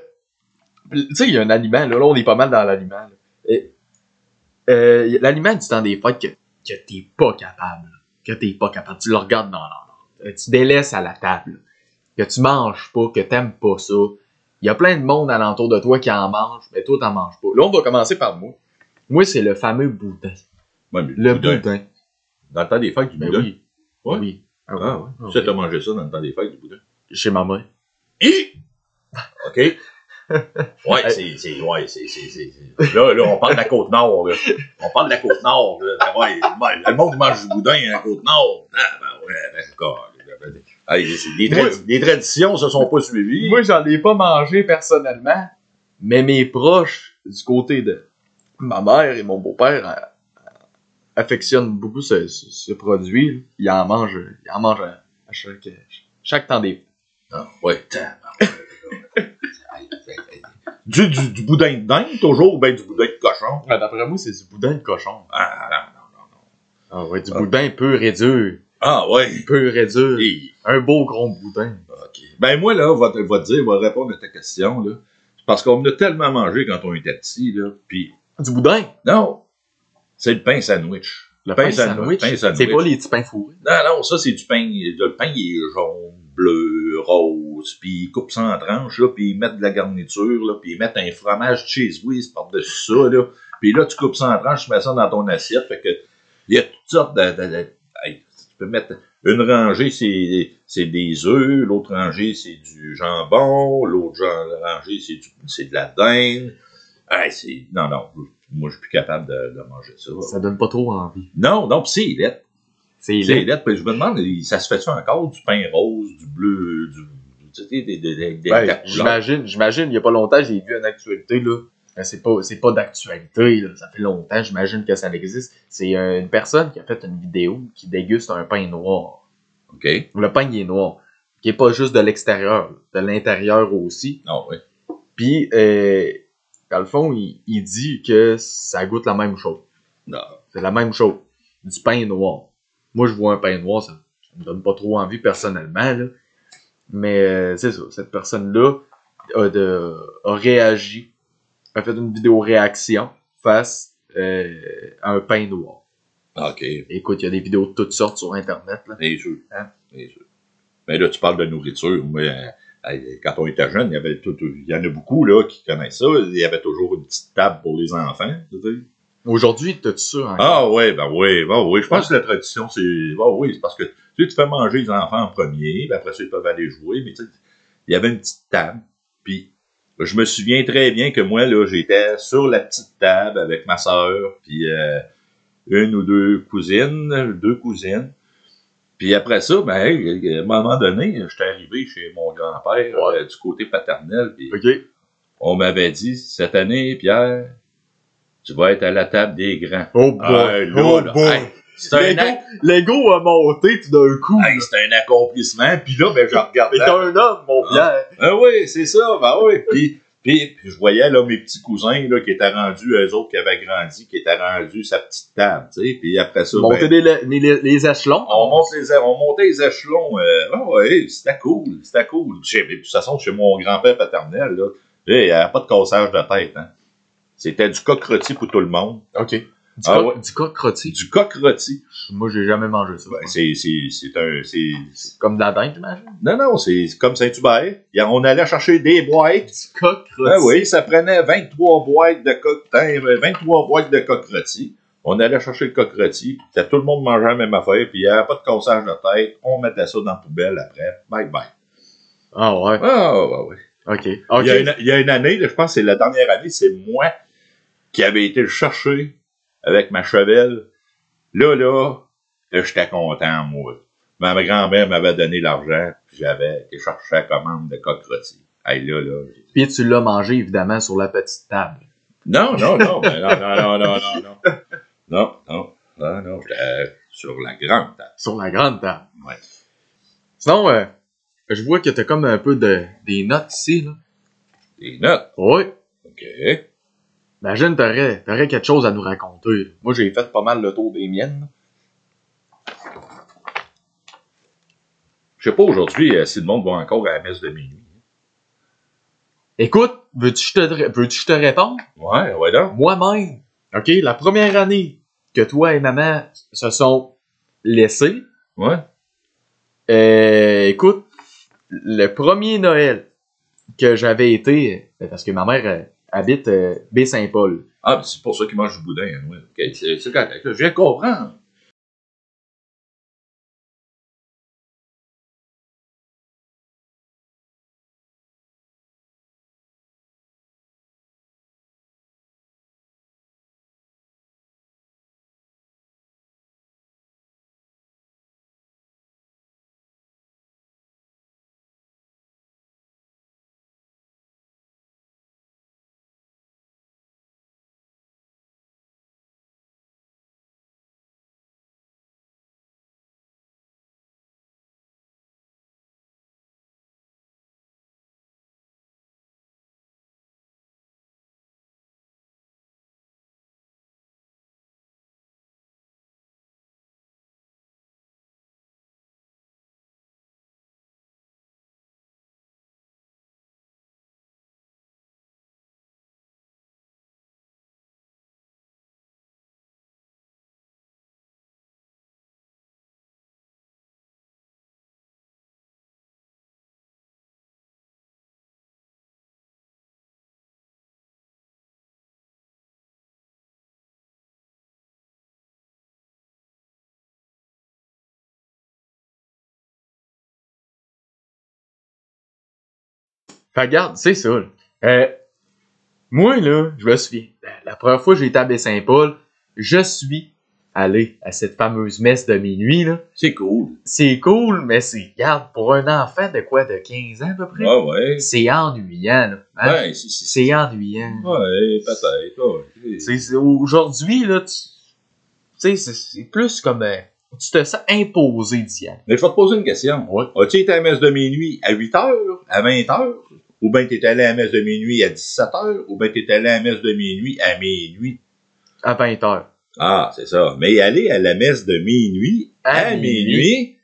[SPEAKER 1] tu sais, il y a un aliment, là, là, on est pas mal dans l'aliment. là. Et, euh, il y a L'aliment du temps des fêtes que, que t'es pas capable. là. Que t'es pas capable. Tu le regardes dans l'ordre. Euh, Tu délaisses à la table. Que tu manges pas, que t'aimes pas ça. Il y a plein de monde alentour de toi qui en mange, mais toi, t'en manges pas. Là, on va commencer par moi. Moi, c'est le fameux boudin.
[SPEAKER 2] Ouais, mais
[SPEAKER 1] Le
[SPEAKER 2] boudin.
[SPEAKER 1] boudin.
[SPEAKER 2] Dans le temps des fêtes, du
[SPEAKER 1] Ben
[SPEAKER 2] boudin.
[SPEAKER 1] oui.
[SPEAKER 2] Ouais.
[SPEAKER 1] Oui. Ah ouais,
[SPEAKER 2] Ah
[SPEAKER 1] ouais,
[SPEAKER 2] ouais.
[SPEAKER 1] ouais.
[SPEAKER 2] Tu sais, t'as mangé ça dans le temps des fêtes, du boudin.
[SPEAKER 1] Chez ma mère.
[SPEAKER 2] Hi! OK. Ouais, c'est, c'est, ouais, c'est, c'est, c'est, c'est- Là, là, on parle de la Côte-Nord, là. On parle de la Côte-Nord, là. Ben Ouais, ouais, le monde mange du boudin à la Côte-Nord. Ah, ben ouais, ben, d'accord. Hey, c'est- les, tra- les traditions se sont pas suivies.
[SPEAKER 1] Moi, j'en ai pas mangé personnellement, mais mes proches, du côté de ma mère et mon beau-père, euh, affectionnent beaucoup ce, ce- ce produit. là. Ils en mangent, ils en mangent à, à chaque, chaque temps des.
[SPEAKER 2] Ah, ouais, tabarouette. Aïe, aïe, aïe. du, du, du boudin de dinde, toujours, ben du boudin de cochon.
[SPEAKER 1] D'après moi, c'est du boudin de cochon.
[SPEAKER 2] Ah, non, non, non, non.
[SPEAKER 1] Ah ouais, du
[SPEAKER 2] Ah.
[SPEAKER 1] boudin pur et dur.
[SPEAKER 2] Ah, ouais.
[SPEAKER 1] Pur et dur.
[SPEAKER 2] Hey.
[SPEAKER 1] Un beau gros boudin.
[SPEAKER 2] OK. Ben moi, là, va te, va te dire, va répondre à ta question, là. C'est Parce qu'on en a tellement mangé quand on était petit, là. Puis,
[SPEAKER 1] Du boudin?
[SPEAKER 2] non, c'est le pain sandwich.
[SPEAKER 1] Le pain, sandwich.
[SPEAKER 2] pain sandwich.
[SPEAKER 1] C'est pas les petits pains fourrés.
[SPEAKER 2] Non, non, ça, c'est du pain. Le pain, il est jaune, bleu, rose, puis ils coupent ça en tranches, là, puis ils mettent de la garniture, là, puis ils mettent un fromage cheese whiz par-dessus ça, là. Puis là, tu coupes ça en tranches, tu mets ça dans ton assiette, fait que il y a toutes sortes de... de- de- hey, tu peux mettre... Une rangée, c'est c'est des œufs, l'autre rangée, c'est du jambon, l'autre gen- rangée, c'est du- c'est de la dinde. Hey, c'est... Non, non, moi, je suis plus capable de, de manger ça.
[SPEAKER 1] Ça donne pas trop envie.
[SPEAKER 2] Non, non, puis c'est laid.
[SPEAKER 1] C'est
[SPEAKER 2] C'est
[SPEAKER 1] laid.
[SPEAKER 2] lettre, puis je me demande, ça se fait-tu encore du pain rose, du bleu, du, tu sais, des, des, des, des
[SPEAKER 1] Ben,
[SPEAKER 2] cartes blanches.
[SPEAKER 1] j'imagine, j'imagine, il n'y a pas longtemps, j'ai vu une actualité, là. Ben, C'est pas, c'est pas d'actualité, là. Ça fait longtemps, j'imagine que ça existe. C'est euh, une personne qui a fait une vidéo qui déguste un pain noir.
[SPEAKER 2] OK.
[SPEAKER 1] Le pain, il est noir. Qui est pas juste de l'extérieur, de l'intérieur aussi.
[SPEAKER 2] Non, oui.
[SPEAKER 1] Puis, euh, dans le fond, il, il dit que ça goûte la même chose.
[SPEAKER 2] Non.
[SPEAKER 1] C'est la même chose. Du pain noir. Moi, je vois un pain noir, ça, ça me donne pas trop envie personnellement, là. Mais euh, c'est ça, cette personne-là a, de- a réagi, a fait une vidéo réaction face euh, à un pain noir.
[SPEAKER 2] Ah, OK.
[SPEAKER 1] Écoute, il y a des vidéos de toutes sortes sur Internet, là.
[SPEAKER 2] C'est sûr.
[SPEAKER 1] Hein?
[SPEAKER 2] C'est sûr. Mais là, tu parles de nourriture. Moi, euh, euh, quand on était jeune, il y, avait tout, il y en a beaucoup là, qui connaissent ça. Il y avait toujours une petite table pour les enfants. tu sais.
[SPEAKER 1] Aujourd'hui, t'as tout ça en-
[SPEAKER 2] Ah oui, ben oui, ben oui. Je pense que la tradition, c'est. Ben oui, c'est parce que tu, sais, tu fais manger les enfants en premier, ben après ça, ils peuvent aller jouer. Mais tu sais, il y avait une petite table. Puis je me souviens très bien que moi, là, j'étais sur la petite table avec ma soeur, puis euh, une ou deux cousines, deux cousines. Puis après ça, ben, hey, à un moment donné, j'étais arrivé chez mon grand-père
[SPEAKER 1] Ouais.
[SPEAKER 2] euh, du côté paternel. Puis
[SPEAKER 1] OK?
[SPEAKER 2] on m'avait dit, cette année, Pierre, tu vas être à la table des grands.
[SPEAKER 1] Oh boy!
[SPEAKER 2] Ah, là,
[SPEAKER 1] oh
[SPEAKER 2] là.
[SPEAKER 1] boy!
[SPEAKER 2] Hey, C'est un,
[SPEAKER 1] L'ego,
[SPEAKER 2] ac-
[SPEAKER 1] l'ego a monté tout d'un coup.
[SPEAKER 2] hey,
[SPEAKER 1] là.
[SPEAKER 2] c'est un accomplissement. Puis là, ben, je
[SPEAKER 1] Mais
[SPEAKER 2] regardais.
[SPEAKER 1] t'es un homme, mon Pierre!
[SPEAKER 2] Ah oui, c'est ça. Ben oui. Puis, puis, puis je voyais là, mes petits cousins là, qui étaient rendus, eux autres qui avaient grandi, qui étaient rendus sa petite table. tu sais. Puis après ça,
[SPEAKER 1] Monter
[SPEAKER 2] ben, Ah.
[SPEAKER 1] des- les, les- les échelons.
[SPEAKER 2] on, monte les, on montait les échelons. euh, ah ouais, c'était cool. C'était cool. Chez- de toute façon, chez mon grand-père paternel, là, il n'y avait pas de cassage de tête. Hein. C'était du coq rôti pour tout le monde.
[SPEAKER 1] OK. Du,
[SPEAKER 2] Ah
[SPEAKER 1] coq-
[SPEAKER 2] ouais.
[SPEAKER 1] du coq crotté.
[SPEAKER 2] Du coq rôti.
[SPEAKER 1] Moi, j'ai jamais mangé ça.
[SPEAKER 2] Ben, c'est c'est- c'est un. c'est-
[SPEAKER 1] Comme de la dinde, j'imagine.
[SPEAKER 2] Non, non, c'est comme Saint-Hubert. Il y a- On allait chercher des boîtes.
[SPEAKER 1] Du coq rôti.
[SPEAKER 2] Ah oui, ça prenait 23 boîtes de coq, tain, 23 boîtes de coq rôti. On allait chercher le coq rôti. puis Tout le monde mangeait la même affaire. Puis il n'y avait pas de cassage de tête. On mettait ça dans la poubelle après. Bye bye.
[SPEAKER 1] Ah ouais.
[SPEAKER 2] Ah, ouais, ouais.
[SPEAKER 1] OK. OK.
[SPEAKER 2] Il, y a une, il y a une année, là, je pense que c'est la dernière année, c'est moi qui avais été le chercher avec ma chevelle. Là, là, là j'étais content, moi. Ma ma grand-mère m'avait donné l'argent, puis j'avais été chercher la commande de coq rôti. Hey, là, là. j'ai-
[SPEAKER 1] Puis tu l'as mangé, évidemment, sur la petite table.
[SPEAKER 2] Non, non, non, mais non, non, non, non, non, non. Non, non, non, non, j'étais sur la grande table.
[SPEAKER 1] Sur la grande table.
[SPEAKER 2] Ouais.
[SPEAKER 1] Sinon, euh, je vois que t'as comme un peu de, des notes ici, là.
[SPEAKER 2] Des notes,
[SPEAKER 1] Oui.
[SPEAKER 2] OK.
[SPEAKER 1] Imagine, t'aurais, t'aurais quelque chose à nous raconter. là. Moi, j'ai fait pas mal le tour des miennes.
[SPEAKER 2] Je sais pas aujourd'hui euh, si le monde va encore à la messe de minuit.
[SPEAKER 1] Écoute, veux-tu que je te, veux je te réponds?
[SPEAKER 2] Ouais, ouais, là.
[SPEAKER 1] Moi-même. OK? La première année que toi et maman se sont laissés,
[SPEAKER 2] Ouais.
[SPEAKER 1] Euh, écoute, le premier Noël que j'avais été, euh, parce que ma mère euh, habite euh, Baie-Saint-Paul.
[SPEAKER 2] Ah, mais c'est pour ça qu'ils mangent du boudin. hein, ouais. Ok, c'est c'est correct. là, Je viens comprendre.
[SPEAKER 1] Fait que regarde, c'est ça. là. Euh, moi, là, je me souviens, la- la première fois que j'ai été à Baie-Saint-Paul, je suis aller à cette fameuse messe de minuit, là.
[SPEAKER 2] C'est cool.
[SPEAKER 1] C'est cool, mais c'est, garde, pour un enfant de quoi, de 15 ans à peu près?
[SPEAKER 2] Ah ouais.
[SPEAKER 1] C'est ennuyant, là. hein?
[SPEAKER 2] Ben, c'est- c'est.
[SPEAKER 1] C'est ennuyant.
[SPEAKER 2] Ouais, peut-être. ouais.
[SPEAKER 1] C'est- c'est- Aujourd'hui, là, tu tu sais, c'est- c'est plus comme. euh, tu te sens imposé d'y aller.
[SPEAKER 2] Mais je vais te poser une question.
[SPEAKER 1] Ouais.
[SPEAKER 2] As-tu été à la messe de minuit à 8 h, à 20 h, ou bien t'es allé à la messe de minuit à 17 h, ou bien t'es allé à la messe de minuit à minuit?
[SPEAKER 1] À 20 heures.
[SPEAKER 2] Ah, c'est ça. Mais aller à la messe de minuit à,
[SPEAKER 1] À
[SPEAKER 2] minuit,
[SPEAKER 1] minuit.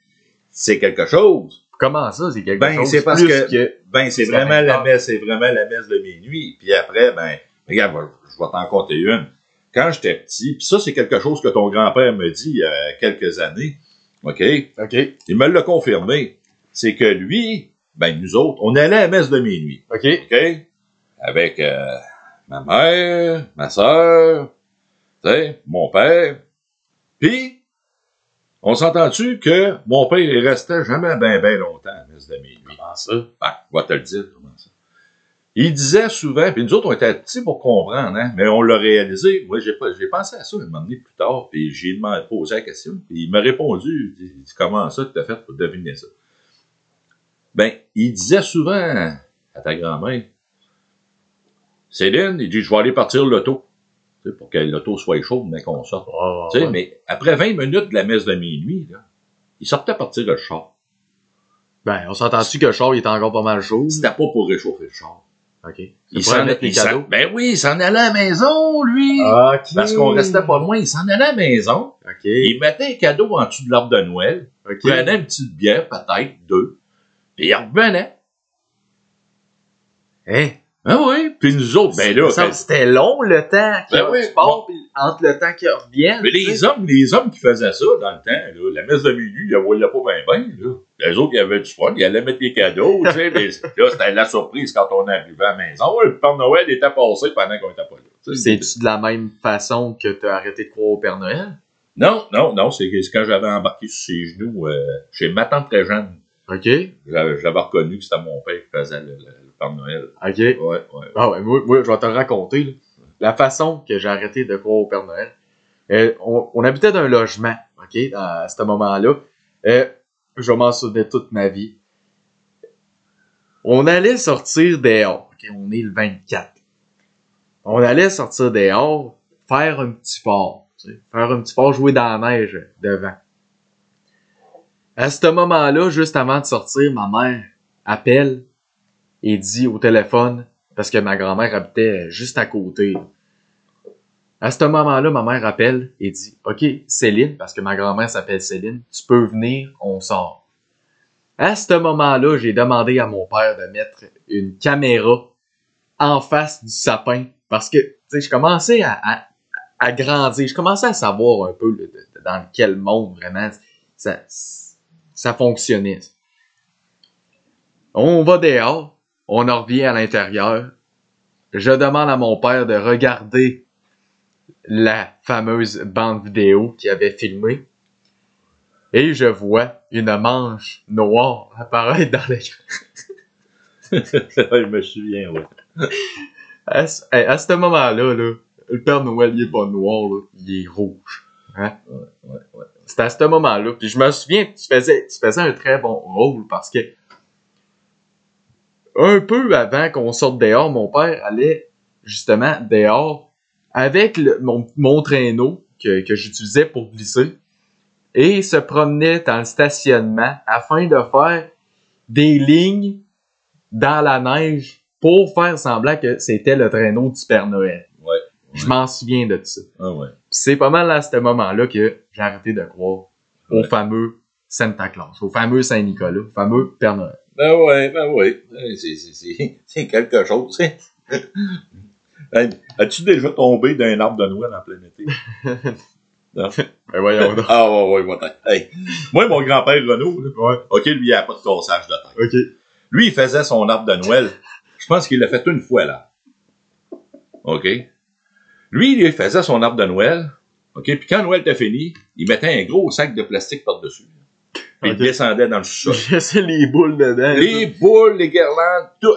[SPEAKER 2] c'est quelque chose.
[SPEAKER 1] Comment ça, c'est quelque
[SPEAKER 2] Ben,
[SPEAKER 1] chose
[SPEAKER 2] c'est parce
[SPEAKER 1] plus
[SPEAKER 2] que- Ben, c'est
[SPEAKER 1] C'est
[SPEAKER 2] vraiment
[SPEAKER 1] la
[SPEAKER 2] la
[SPEAKER 1] même
[SPEAKER 2] messe, c'est vraiment la messe de minuit. Puis après, ben, regarde, je je vais t'en compter une. Quand j'étais petit, puis ça, c'est quelque chose que ton grand-père me dit il y a quelques années, OK?
[SPEAKER 1] OK,
[SPEAKER 2] Il me l'a confirmé. C'est que lui, ben, nous autres, on allait à la messe de minuit,
[SPEAKER 1] OK.
[SPEAKER 2] OK? Avec euh, ma mère, ma soeur, tu sais, mon père. Puis, on s'entend-tu que mon père, il restait jamais bien, bien longtemps à la messe de minuit?
[SPEAKER 1] Comment ça?
[SPEAKER 2] Ben, je vais te le dire, comment ça. Il disait souvent, puis nous autres, on était petits pour comprendre, hein, mais on l'a réalisé. Moi, j'ai, pas- j'ai pensé à ça un moment donné plus tard, puis j'ai demandé, posé la question, puis il m'a répondu, il dit, comment ça que t'as fait pour deviner ça? Ben, il disait souvent à ta grand-mère, Céline, il dit, je vais aller partir l'auto, Tu sais, pour que l'auto soit chaude, mais qu'on sorte.
[SPEAKER 1] Oh,
[SPEAKER 2] Tu sais, mais après 20 minutes de la messe de minuit, là, il sortait partir le char.
[SPEAKER 1] Ben, on s'entend-tu que le char, il est encore pas mal chaud?
[SPEAKER 2] C'était pas pour réchauffer le char.
[SPEAKER 1] OK.
[SPEAKER 2] Il
[SPEAKER 1] pourrait
[SPEAKER 2] s'en
[SPEAKER 1] mettre les
[SPEAKER 2] il s'en-
[SPEAKER 1] cadeaux.
[SPEAKER 2] Ben oui, il s'en allait à la maison, lui.
[SPEAKER 1] OK.
[SPEAKER 2] Parce qu'on restait pas loin, il s'en allait à la maison.
[SPEAKER 1] OK.
[SPEAKER 2] Il mettait un cadeau en dessous de l'arbre de Noël.
[SPEAKER 1] OK.
[SPEAKER 2] Il prenait une petite bière, peut-être, deux. Puis il revenait.
[SPEAKER 1] Hein?
[SPEAKER 2] Ah oui. Puis nous autres, ben là,
[SPEAKER 1] Ça,
[SPEAKER 2] ben-
[SPEAKER 1] C'était long le temps qu'il
[SPEAKER 2] Ben oui,
[SPEAKER 1] tu pars, puis entre le temps qu'il revienne.
[SPEAKER 2] mais
[SPEAKER 1] tu sais.
[SPEAKER 2] les hommes, les hommes qui faisaient ça dans le temps, là, la messe de minuit, ils ne voyaient pas bien bien. Là. Les autres, ils avaient du fun, ils allaient mettre des cadeaux, tu sais, mais là, c'était la surprise quand on arrivait à la maison. Le Père Noël était passé pendant qu'on était pas là. tu sais.
[SPEAKER 1] C'est-tu de la même façon que t'as arrêté de croire au Père Noël?
[SPEAKER 2] Non, non, non, c'est c'est quand j'avais embarqué sur ses genoux euh, chez ma tante très jeune.
[SPEAKER 1] OK.
[SPEAKER 2] J'avais j'avais reconnu que c'était mon père qui faisait le, le- le Père Noël.
[SPEAKER 1] OK.
[SPEAKER 2] Ouais, ouais.
[SPEAKER 1] Ah ouais, moi, moi, je vais te le raconter. là. La façon que j'ai arrêté de croire au Père Noël. Euh, on, on habitait dans un logement, OK, à ce moment-là. Euh, je m'en souvenais toute ma vie. On allait sortir dehors. OK, on est le 24. On allait sortir dehors, faire un petit fort. tu sais, Faire un petit fort, jouer dans la neige devant. À ce moment-là, juste avant de sortir, ma mère appelle et dit au téléphone parce que ma grand-mère habitait juste à côté. À ce moment-là, ma mère appelle et dit OK, Céline, parce que ma grand-mère s'appelle Céline, tu peux venir, on sort. À ce moment-là, j'ai demandé à mon père de mettre une caméra en face du sapin parce que, tu sais, je commençais à, à- à grandir, je commençais à savoir un peu le- de- dans quel monde vraiment ça, ça fonctionnait. On va dehors, on en revient à l'intérieur. Je demande à mon père de regarder la fameuse bande vidéo qu'il avait filmée. Et je vois une manche noire apparaître dans l'écran.
[SPEAKER 2] je me souviens, ouais.
[SPEAKER 1] À, ce- hey, à ce moment-là, là, le Père Noël, il est pas noir, là, il est rouge. Hein?
[SPEAKER 2] ouais, ouais.
[SPEAKER 1] C'était à ce moment-là. Puis je me souviens que tu faisais, tu faisais un très bon rôle parce que un peu avant qu'on sorte dehors, mon père allait justement dehors avec le- mon, mon traîneau que, que j'utilisais pour glisser et se promenait dans le stationnement afin de faire des lignes dans la neige pour faire semblant que c'était le traîneau du Père Noël.
[SPEAKER 2] Ouais, ouais.
[SPEAKER 1] Je m'en souviens de ça.
[SPEAKER 2] Ah ouais.
[SPEAKER 1] Puis c'est pas mal à ce moment-là que j'ai arrêté de croire au
[SPEAKER 2] Ouais.
[SPEAKER 1] fameux Santa Claus, au fameux Saint-Nicolas, au fameux Père Noël.
[SPEAKER 2] Ben ouais, ben ouais. Ouais, c'est- c'est- C'est c'est quelque chose. hein. Hey, As-tu déjà tombé d'un arbre de Noël en plein été?
[SPEAKER 1] Ben voyons donc.
[SPEAKER 2] Ah ouais, ouais, ouais. Hey. Moi, mon grand-père Renaud, là,
[SPEAKER 1] Ouais,
[SPEAKER 2] OK, lui, il n'a pas de cassage de tête.
[SPEAKER 1] ok.
[SPEAKER 2] Lui, il faisait son arbre de Noël. Je pense qu'il l'a fait une fois, là. OK? Lui, il faisait son arbre de Noël. OK? Puis quand Noël était fini, il mettait un gros sac de plastique par-dessus. Puis
[SPEAKER 1] Ok.
[SPEAKER 2] il descendait dans le sol.
[SPEAKER 1] Je sais les boules dedans.
[SPEAKER 2] Les boules, les guirlandes, tout.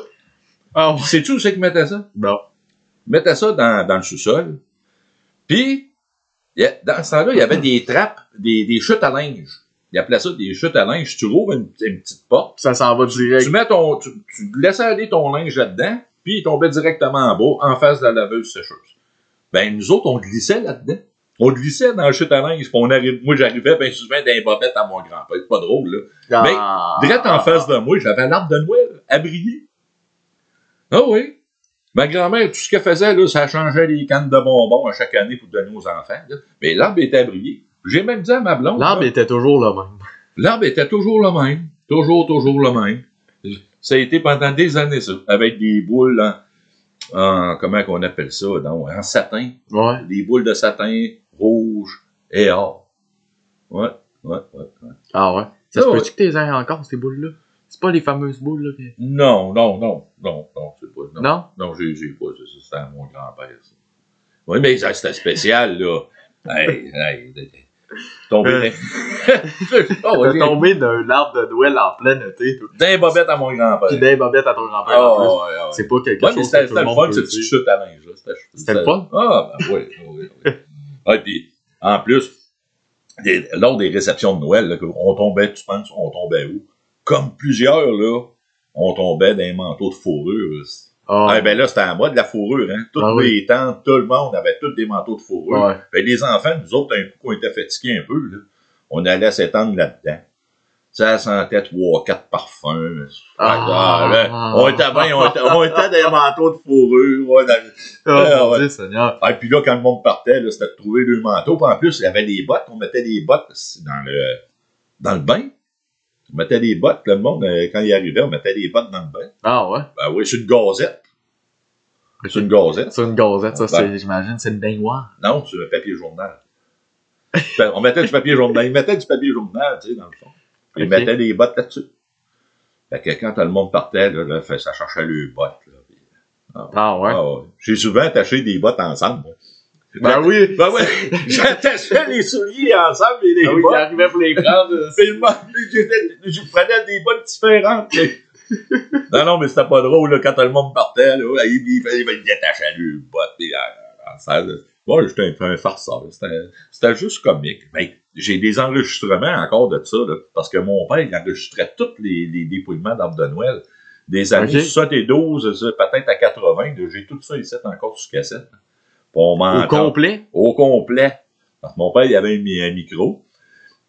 [SPEAKER 1] Ah ouais.
[SPEAKER 2] Sais-tu où c'est qu'il mettait ça?
[SPEAKER 1] Non.
[SPEAKER 2] mettait ça dans, dans le sous-sol. Puis, Il y a- dans ce temps-là, il y avait des trappes, des, des chutes à linge. Ils appelaient ça des chutes à linge. Tu rouvres une, une petite porte,
[SPEAKER 1] Ça s'en va direct.
[SPEAKER 2] tu mets ton, tu, tu laissais aller ton linge là-dedans, puis il tombait directement en bas, en face de la laveuse sécheuse. Ben, nous autres, on glissait là-dedans. On glissait dans la chute à linge, puis on arrive, moi, j'arrivais bien souvent d'un bobette à mon grand-père. C'est pas drôle, là. Mais,
[SPEAKER 1] Ah.
[SPEAKER 2] ben, Direct en face de moi, j'avais l'arbre de Noël à briller. Ah oui. Ma grand-mère, tout ce qu'elle faisait, là, ça changeait les cannes de bonbons à chaque année pour donner aux enfants. là. Mais l'arbre était à briller. J'ai même dit à ma blonde,
[SPEAKER 1] L'arbre
[SPEAKER 2] là,
[SPEAKER 1] était toujours le même.
[SPEAKER 2] l'arbre était toujours le même. Toujours, toujours le même. Ça a été pendant des années, ça. Avec des boules en, en- comment qu'on appelle ça, donc, en satin.
[SPEAKER 1] Ouais.
[SPEAKER 2] Des boules de satin rouge et or. Ouais, ouais, ouais.
[SPEAKER 1] Ah ouais. Ça se
[SPEAKER 2] Ah ouais.
[SPEAKER 1] peut-tu que t'es aies encore, ces boules-là? C'est pas les fameuses boules, là. que-
[SPEAKER 2] Non, non, non, non, non, c'est pas, non.
[SPEAKER 1] Non?
[SPEAKER 2] Non, j'ai, j'ai pas, ça, ça, c'était à mon grand-père, ça. Oui, mais ça, c'était spécial, là. hey, hey, de- de- tombé
[SPEAKER 1] Euh.
[SPEAKER 2] dans... Ah ouais,
[SPEAKER 1] T'es tombé d'un arbre de Noël en plein été, toi.
[SPEAKER 2] d'un bobette à mon
[SPEAKER 1] Pis
[SPEAKER 2] grand-père.
[SPEAKER 1] d'un bobette à ton grand-père
[SPEAKER 2] Ah,
[SPEAKER 1] en plus.
[SPEAKER 2] ouais, ouais.
[SPEAKER 1] C'est pas quelque
[SPEAKER 2] Ouais, mais
[SPEAKER 1] chose
[SPEAKER 2] c'était,
[SPEAKER 1] que tout
[SPEAKER 2] c'était
[SPEAKER 1] le
[SPEAKER 2] le
[SPEAKER 1] monde
[SPEAKER 2] fun,
[SPEAKER 1] peut
[SPEAKER 2] ce
[SPEAKER 1] dire.
[SPEAKER 2] petit chute à linge, là. C'était,
[SPEAKER 1] C'était le fun?
[SPEAKER 2] Ah, ben oui, oui, oui. Ah, puis, en plus, des- lors des réceptions de Noël, là, que- on tombait, tu penses, on tombait où? Comme plusieurs, là, on tombait dans un manteau de fourrure.
[SPEAKER 1] Ah,
[SPEAKER 2] Ah, ben là, c'était en mode la fourrure, hein. Toutes
[SPEAKER 1] Ah
[SPEAKER 2] les
[SPEAKER 1] oui. Ah,
[SPEAKER 2] tantes, tout le monde avait tous des manteaux de fourrure.
[SPEAKER 1] ouais.
[SPEAKER 2] Fait que Ben, les enfants, nous autres, un coup qu'on était fatigués un peu, là, on allait s'étendre là-dedans. Ça sentait trois, quatre parfums.
[SPEAKER 1] Ah.
[SPEAKER 2] Ah, là, on était bien, on était, on était des manteaux de fourrure. on avait-
[SPEAKER 1] Ah, mon
[SPEAKER 2] ouais.
[SPEAKER 1] Dieu, Seigneur.
[SPEAKER 2] Ah, puis là, quand le monde partait, là, c'était de trouver deux manteaux. Puis en plus, il y avait des bottes. On mettait des bottes dans le, dans le bain. On mettait des bottes. puis Le monde, euh, quand il arrivait, on mettait des bottes dans le bain.
[SPEAKER 1] Ah, ouais.
[SPEAKER 2] Ben oui, c'est une gazette. C'est une gazette. Ah, ben.
[SPEAKER 1] C'est une gazette, ça,
[SPEAKER 2] Ouais.
[SPEAKER 1] c'est, j'imagine, c'est une baignoire.
[SPEAKER 2] Non, c'est le papier journal. Ben, on mettait du papier journal. Ils mettaient du papier journal, tu sais, dans le fond. Ils
[SPEAKER 1] Ok.
[SPEAKER 2] mettaient des bottes là-dessus. Fait que quand le monde partait, là, là, fait- ça cherchait les bottes. Là. Puis,
[SPEAKER 1] Ah, ouais.
[SPEAKER 2] ah ouais. J'ai souvent attaché des bottes ensemble. moi.
[SPEAKER 1] Ben oui.
[SPEAKER 2] Ben ouais, j'attachais les souliers ensemble et les
[SPEAKER 1] Ah oui, il
[SPEAKER 2] bottes.
[SPEAKER 1] arrivait pour les prendre.
[SPEAKER 2] C'est le monde. J'étais- Je prenais des bottes différentes. non, non, mais c'était pas drôle. Là, quand le monde partait, là, il, il, il, il détachait les bottes. Puis, euh, en salle, là. Moi, j'étais un peu un farceur. C'était- C'était juste comique. Mais j'ai des enregistrements encore de ça. là, parce que mon père, il enregistrait tous les, les dépouillements d'arbres de Noël. Des années
[SPEAKER 1] Ok.
[SPEAKER 2] 72, ça, peut-être à 80. là, J'ai tout ça ici encore sur cassette. Puis on
[SPEAKER 1] Au
[SPEAKER 2] m'entend
[SPEAKER 1] complet.
[SPEAKER 2] au complet. Parce que mon père, il avait un, mi- un micro,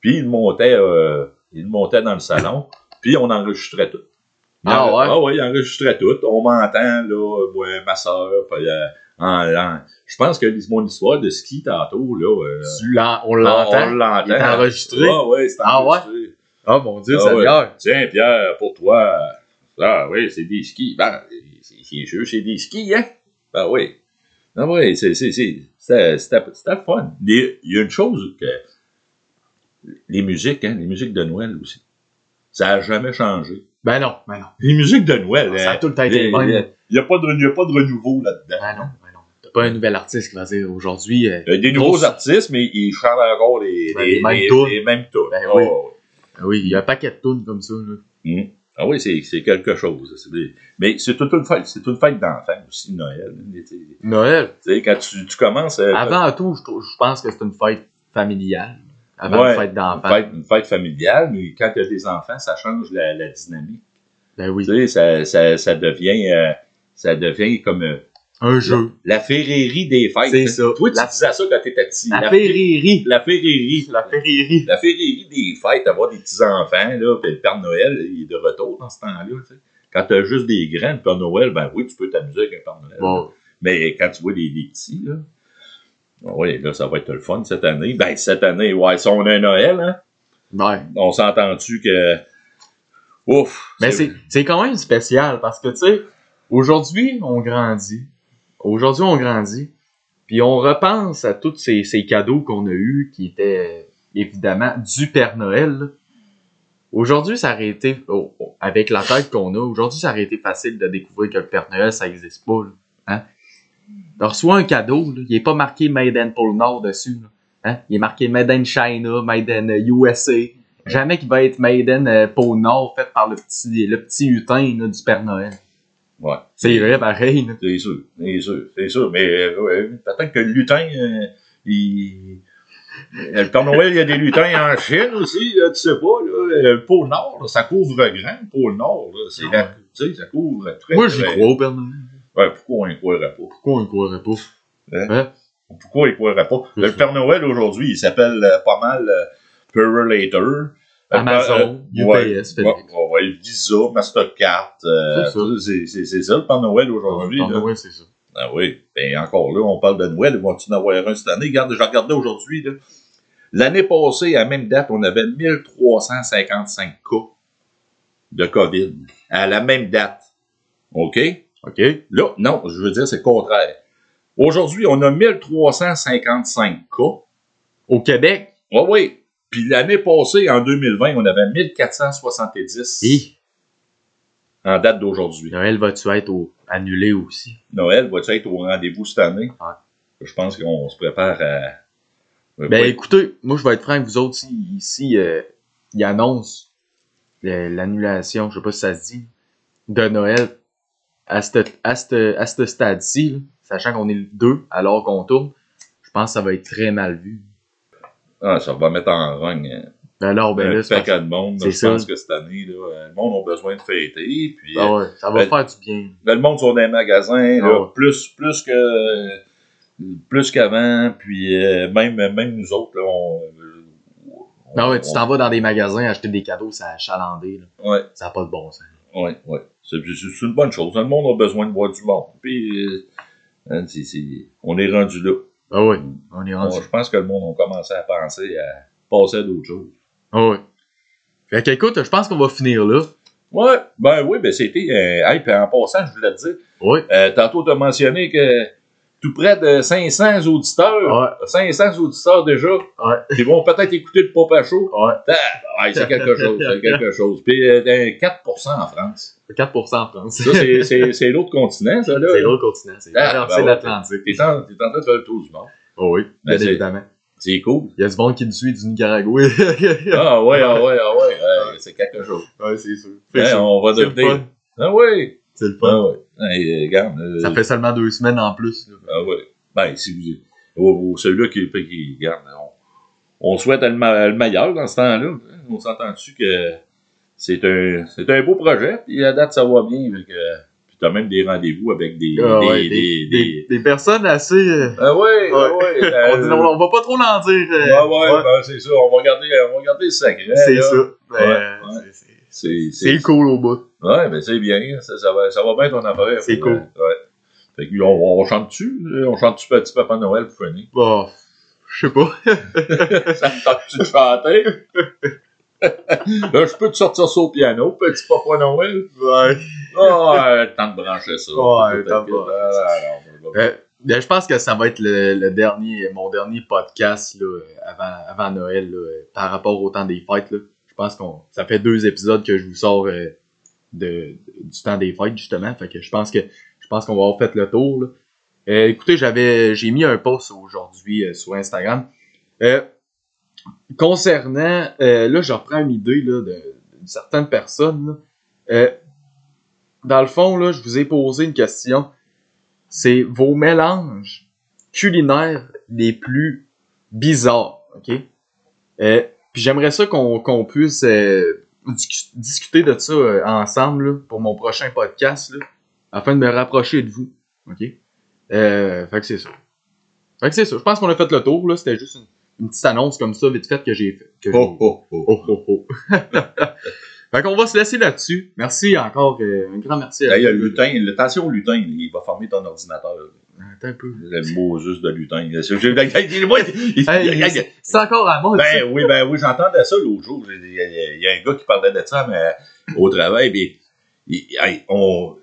[SPEAKER 2] puis il montait, euh, il montait dans le salon, puis on enregistrait tout. Il
[SPEAKER 1] Ah
[SPEAKER 2] en-
[SPEAKER 1] ouais?
[SPEAKER 2] Ah ouais, il enregistrait tout. On m'entend, là, moi, ma soeur, puis, euh, en- en- je pense que mon histoire de ski tantôt, là, euh,
[SPEAKER 1] Tu l'en- on
[SPEAKER 2] on
[SPEAKER 1] l'entend.
[SPEAKER 2] l'entend.
[SPEAKER 1] Il est enregistré.
[SPEAKER 2] Ah ouais, c'est
[SPEAKER 1] Ah ouais?
[SPEAKER 2] enregistré.
[SPEAKER 1] Ah, mon Dieu,
[SPEAKER 2] Ah ouais.
[SPEAKER 1] Seigneur.
[SPEAKER 2] Tiens, Pierre, pour toi, ah oui, c'est des skis. Ben, c'est- c'est sûr, c'est des skis, hein? Ben oui. Non, oui, c'est, c'est, c'est, c'était, c'était, c'était le fun. Les- Il y a une chose que. Les musiques, hein, les musiques de Noël aussi. Ça n'a jamais changé.
[SPEAKER 1] Ben non, ben non.
[SPEAKER 2] Les musiques de Noël,
[SPEAKER 1] Ah, Ça a
[SPEAKER 2] hein,
[SPEAKER 1] tout le temps
[SPEAKER 2] il
[SPEAKER 1] été
[SPEAKER 2] n'y
[SPEAKER 1] le même.
[SPEAKER 2] a, pas de il y a pas de renouveau là-dedans.
[SPEAKER 1] Ben non, ben non. T'as pas un nouvel artiste qui va dire aujourd'hui. euh,
[SPEAKER 2] Il y a des
[SPEAKER 1] Grosse-
[SPEAKER 2] nouveaux artistes, mais ils chantent encore les,
[SPEAKER 1] Ben,
[SPEAKER 2] les-
[SPEAKER 1] les mêmes
[SPEAKER 2] les-
[SPEAKER 1] tunes.
[SPEAKER 2] les mêmes tunes.
[SPEAKER 1] Ben
[SPEAKER 2] Ah,
[SPEAKER 1] oui.
[SPEAKER 2] ouais, ouais.
[SPEAKER 1] ah oui, il y a un paquet de tunes comme ça. Là.
[SPEAKER 2] Ah oui, c'est c'est quelque chose. C'est des- Mais c'est toute une fête, c'est une fête d'enfant aussi, Noël. hein, tu sais. Tu
[SPEAKER 1] Noël.
[SPEAKER 2] sais, quand tu, tu commences euh,
[SPEAKER 1] Avant tout, je, trou- je pense que c'est une fête familiale. Avant
[SPEAKER 2] Ouais.
[SPEAKER 1] une fête
[SPEAKER 2] une,
[SPEAKER 1] d'enfant.
[SPEAKER 2] fête, une fête familiale, mais quand tu as des enfants, ça change la, la dynamique.
[SPEAKER 1] Ben oui.
[SPEAKER 2] Tu sais, ça, ça, ça devient euh, ça devient comme euh,
[SPEAKER 1] Un jeu.
[SPEAKER 2] la féerie des fêtes. hein.
[SPEAKER 1] C'est ça.
[SPEAKER 2] Toi, tu
[SPEAKER 1] La-
[SPEAKER 2] disais ça quand tu étais petit.
[SPEAKER 1] La féerie.
[SPEAKER 2] la féerie.
[SPEAKER 1] La féerie.
[SPEAKER 2] La féerie des fêtes, avoir des petits-enfants, là, puis le Père Noël, il est de retour dans ce temps-là. tu sais. Quand tu as juste des grands, le Père Noël, ben oui, tu peux t'amuser avec un Père Noël.
[SPEAKER 1] Bon,
[SPEAKER 2] Mais quand tu vois les, les petits, là. Oui, là, ça va être le fun cette année. Ben, cette année, ouais, si on a un Noël, hein,
[SPEAKER 1] ouais.
[SPEAKER 2] on s'entend-tu que. Ouf!
[SPEAKER 1] Mais Ben, c'est c'est quand même spécial parce que, tu sais, aujourd'hui, on grandit. Aujourd'hui, on grandit. Puis on repense à tous ces, ces cadeaux qu'on a eus qui étaient évidemment du Père Noël. là. Aujourd'hui, ça aurait été, oh, oh, avec la tête qu'on a, aujourd'hui, ça aurait été facile de découvrir que le Père Noël, ça n'existe pas. Là, hein? On reçoit un cadeau, là, il n'est pas marqué Made in Pôle Nord dessus. là, hein? Il est marqué Made in China, Made in euh, USA. Jamais qu'il va être Maiden euh, Pôle Nord fait par le petit, le petit hutin là, du Père Noël.
[SPEAKER 2] Ouais.
[SPEAKER 1] C'est vrai, pareil. là.
[SPEAKER 2] C'est sûr, c'est sûr, c'est sûr. Mais euh, ouais, peut-être que le lutin, euh, il. Le Père Noël, il y a des lutins en Chine aussi, là, tu sais pas, là. Le pôle Nord, là, ça couvre grand, le pôle Nord, là. C'est la- tu sais, ça couvre très,
[SPEAKER 1] Ah Moi, j'y
[SPEAKER 2] très-
[SPEAKER 1] crois au Père Noël.
[SPEAKER 2] Ouais, pourquoi on y croirait pas?
[SPEAKER 1] Pourquoi on y croirait pas?
[SPEAKER 2] Pourquoi il croirait pas?
[SPEAKER 1] C'est
[SPEAKER 2] Le
[SPEAKER 1] ça.
[SPEAKER 2] Père Noël aujourd'hui, il s'appelle euh, pas mal euh, Perlator.
[SPEAKER 1] Amazon,
[SPEAKER 2] Euh,
[SPEAKER 1] UPS,
[SPEAKER 2] ouais,
[SPEAKER 1] FedEx.
[SPEAKER 2] ouais, ouais, Visa, Mastercard. euh,
[SPEAKER 1] C'est ça.
[SPEAKER 2] c'est- c'est c'est ça le Père Noël aujourd'hui.
[SPEAKER 1] Père
[SPEAKER 2] là.
[SPEAKER 1] Noël, c'est ça.
[SPEAKER 2] Ah oui, ben encore là, on parle de Noël, vont-tu en avoir un cette année? Regarde, je regardais aujourd'hui, là. l'année passée, à la même date, on avait 1355 cas de COVID, à la même date. OK?
[SPEAKER 1] OK?
[SPEAKER 2] Là, non, je veux dire, c'est le contraire. Aujourd'hui, on a 1355 cas.
[SPEAKER 1] Au Québec?
[SPEAKER 2] Ah oui, puis l'année passée, en 2020, on avait 1470
[SPEAKER 1] Hi,
[SPEAKER 2] en date d'aujourd'hui.
[SPEAKER 1] Noël va-tu être au- annulé aussi?
[SPEAKER 2] Noël, vas-tu être au rendez-vous cette année?
[SPEAKER 1] Ouais.
[SPEAKER 2] Je pense qu'on se prépare à... Euh,
[SPEAKER 1] Ben écoutez, moi je vais être franc avec vous autres, si, si, euh, ils annoncent le- l'annulation, je sais pas si ça se dit, de Noël à ce à cette- à ce stade-ci, là, sachant qu'on est le 2 alors qu'on tourne, je pense que ça va être très mal vu.
[SPEAKER 2] Ah, ça va mettre en rogne euh,
[SPEAKER 1] Ben alors, ben
[SPEAKER 2] un
[SPEAKER 1] là, c'est parce-
[SPEAKER 2] paquet de monde.
[SPEAKER 1] c'est
[SPEAKER 2] Je pense
[SPEAKER 1] ça.
[SPEAKER 2] que cette année, là, euh, le monde a besoin de fêter. Puis,
[SPEAKER 1] Ah ouais, ça va
[SPEAKER 2] Ben-
[SPEAKER 1] faire du bien.
[SPEAKER 2] là, le monde sur des magasins, là,
[SPEAKER 1] Ah ouais.
[SPEAKER 2] plus, plus que plus qu'avant. Puis euh, même, même nous autres, là, on. euh, on-
[SPEAKER 1] Non, Ah ouais, tu
[SPEAKER 2] on-
[SPEAKER 1] t'en vas dans des magasins acheter des cadeaux, ça a chalandé, là.
[SPEAKER 2] Ouais,
[SPEAKER 1] ça n'a pas de bon sens.
[SPEAKER 2] ouais, ouais. C'est c'est- c'est une bonne chose. Le monde a besoin de voir du monde. Puis, euh, hein, c'est- c'est- on est rendu là.
[SPEAKER 1] Ah ouais, on est rendu.
[SPEAKER 2] On- je pense que le monde a commencé à penser à passer à d'autres choses.
[SPEAKER 1] Ah ouais. Fait que écoute, je pense qu'on va finir là.
[SPEAKER 2] Ouais, ben oui, ben c'était. Euh, hey, puis en passant, je voulais te dire,
[SPEAKER 1] Ouais.
[SPEAKER 2] euh, tantôt, tu as mentionné que tout près de 500 auditeurs,
[SPEAKER 1] Ouais,
[SPEAKER 2] 500 auditeurs déjà,
[SPEAKER 1] ouais,
[SPEAKER 2] ils vont peut-être écouter le Papa Show.
[SPEAKER 1] ouais.
[SPEAKER 2] Hey, c'est quelque chose, c'est quelque chose. Puis euh, euh, 4 en France.
[SPEAKER 1] 4% en France.
[SPEAKER 2] Ça, c'est- c'est c'est l'autre continent, ça, là.
[SPEAKER 1] C'est l'autre continent, c'est
[SPEAKER 2] Ah,
[SPEAKER 1] traverser
[SPEAKER 2] ben ouais.
[SPEAKER 1] l'Atlantique.
[SPEAKER 2] T'es en, t'es en train de faire le tour du monde.
[SPEAKER 1] Oh oui, bien
[SPEAKER 2] Ben, c'est-
[SPEAKER 1] évidemment.
[SPEAKER 2] C'est cool.
[SPEAKER 1] Il y a du monde qui nous suit du Nicaragua. ouais,
[SPEAKER 2] Ah ouais, ah ouais, ah ouais. euh, c'est quelque chose.
[SPEAKER 1] c'est sûr.
[SPEAKER 2] Hein, on va
[SPEAKER 1] c'est le
[SPEAKER 2] devenir.
[SPEAKER 1] fun.
[SPEAKER 2] Ah ouais.
[SPEAKER 1] C'est le fun.
[SPEAKER 2] Ah ouais. Hey, euh, regarde, euh,
[SPEAKER 1] Ça fait seulement deux semaines en plus. là.
[SPEAKER 2] Ah ouais. Ben, si vous. au- au- Celui-là qui, qui garde. On, on souhaite le, ma- le meilleur dans ce temps-là. hein. On s'entend-tu que c'est un, c'est un beau projet. Puis à date, ça va bien. Fait que- puis t'as même des rendez-vous avec des.
[SPEAKER 1] Ah
[SPEAKER 2] des,
[SPEAKER 1] ouais,
[SPEAKER 2] des- des-
[SPEAKER 1] des personnes assez. euh,
[SPEAKER 2] Ah ouais, ah ouais.
[SPEAKER 1] on, dit- on- on va pas trop en dire. euh,
[SPEAKER 2] Ah ouais, ben, c'est ça. On va garder, on va garder le secret.
[SPEAKER 1] c'est
[SPEAKER 2] là.
[SPEAKER 1] ça. Ben,
[SPEAKER 2] ouais.
[SPEAKER 1] c'est- c'est-
[SPEAKER 2] C'est, c'est,
[SPEAKER 1] C'est cool au bout.
[SPEAKER 2] Ouais, ben c'est bien. Ça, ça va, ça va bien ton affaire.
[SPEAKER 1] C'est cool.
[SPEAKER 2] Ouais. Fait que, on, on chante-tu? euh, On chante-tu Petit Papa Noël pour finir?
[SPEAKER 1] Bon, je sais pas.
[SPEAKER 2] ça me tente-tu de chanter? Là, je peux te sortir ça au piano, petit papa Noël?
[SPEAKER 1] Ouais.
[SPEAKER 2] Ah, le temps de brancher ça.
[SPEAKER 1] Ouais,
[SPEAKER 2] Peut-être
[SPEAKER 1] le temps de
[SPEAKER 2] que-
[SPEAKER 1] brancher
[SPEAKER 2] Ah, non, non, non.
[SPEAKER 1] Euh, ben, je pense que ça va être le, le dernier, mon dernier podcast là, euh, avant, avant Noël là, euh, par rapport au temps des fêtes. là. Je pense qu'on ça fait deux épisodes que je vous sors euh, de, du temps des fêtes justement. Fait que je pense que je pense qu'on va avoir fait le tour. là. Euh, écoutez, j'avais j'ai mis un post aujourd'hui euh, sur Instagram. Euh, concernant euh, là, je reprends une idée là, de- d'une certaine personne. là. Euh, dans le fond, là, je vous ai posé une question c'est vos mélanges culinaires les plus bizarres, ok? Euh, puis j'aimerais ça qu'on qu'on puisse euh, dis- discuter de ça euh, ensemble là, pour mon prochain podcast, là, afin de me rapprocher de vous, ok? Euh, fait que c'est ça. Fait que c'est ça. Je pense qu'on a fait le tour, là. C'était juste une, une petite annonce comme ça, vite faite, que j'ai fait. que j'ai-
[SPEAKER 2] Oh, oh, oh.
[SPEAKER 1] Oh, oh, oh. fait qu'on va se laisser là-dessus. Merci encore. euh, un grand merci à
[SPEAKER 2] D'ailleurs,
[SPEAKER 1] vous.
[SPEAKER 2] le lutin, attention au lutin, il va former ton ordinateur.
[SPEAKER 1] Attends un peu.
[SPEAKER 2] Le mot juste de lutin. Il-
[SPEAKER 1] Hey, c'est- c'est encore à moi.
[SPEAKER 2] Ben oui, ben oui, j'entendais ça l'autre jour. J'ai- Il y, a- il y a un gars qui parlait de ça mais, au travail, puis il- hey, on,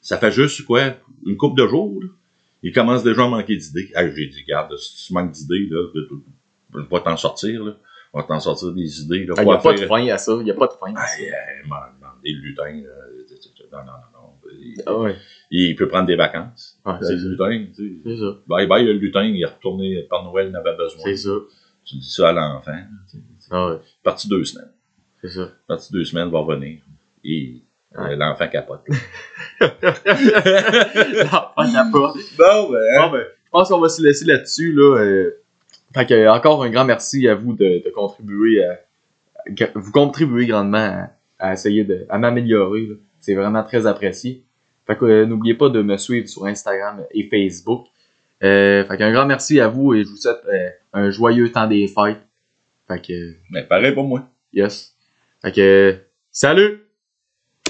[SPEAKER 2] ça fait juste quoi, une couple de jours, là, il commence déjà à manquer d'idées. Hey, J'ai dit, garde, si tu manques d'idées, là, tu- tu- tu vas t'en sortir, là. On va t'en sortir des idées. Là,
[SPEAKER 1] Il n'y
[SPEAKER 2] Faut
[SPEAKER 1] a pas de
[SPEAKER 2] faire-
[SPEAKER 1] fin à ça. Il n'y a pas de fin.
[SPEAKER 2] Hey, hey, man, man, des lutins, là. Non, non, non, non. Il,
[SPEAKER 1] Ah ouais,
[SPEAKER 2] il peut prendre des vacances.
[SPEAKER 1] Ouais,
[SPEAKER 2] c'est
[SPEAKER 1] c'est
[SPEAKER 2] le
[SPEAKER 1] ça.
[SPEAKER 2] lutin, tu sais.
[SPEAKER 1] c'est ça.
[SPEAKER 2] Bye bye, le lutin, il est retourné, Père Noël n'avait besoin.
[SPEAKER 1] C'est ça.
[SPEAKER 2] Tu dis ça à l'enfant.
[SPEAKER 1] Ah ouais,
[SPEAKER 2] Parti deux semaines.
[SPEAKER 1] c'est ça.
[SPEAKER 2] Parti deux semaines, va revenir. Et euh,
[SPEAKER 1] Ouais.
[SPEAKER 2] l'enfant capote.
[SPEAKER 1] Non, pas de la porte.
[SPEAKER 2] bon, ben.
[SPEAKER 1] ben, hein. Bon, ben, je pense qu'on va se laisser là-dessus. Là, euh, Fait que, encore un grand merci à vous de, de contribuer à, à- Vous contribuez grandement à, à essayer de. à m'améliorer. là. C'est vraiment très apprécié. Fait que euh, n'oubliez pas de me suivre sur Instagram et Facebook. Euh, fait qu'un grand merci à vous et je vous souhaite euh, un joyeux temps des fêtes. Fait que,
[SPEAKER 2] Mais pareil pour moi.
[SPEAKER 1] yes. Fait que, salut!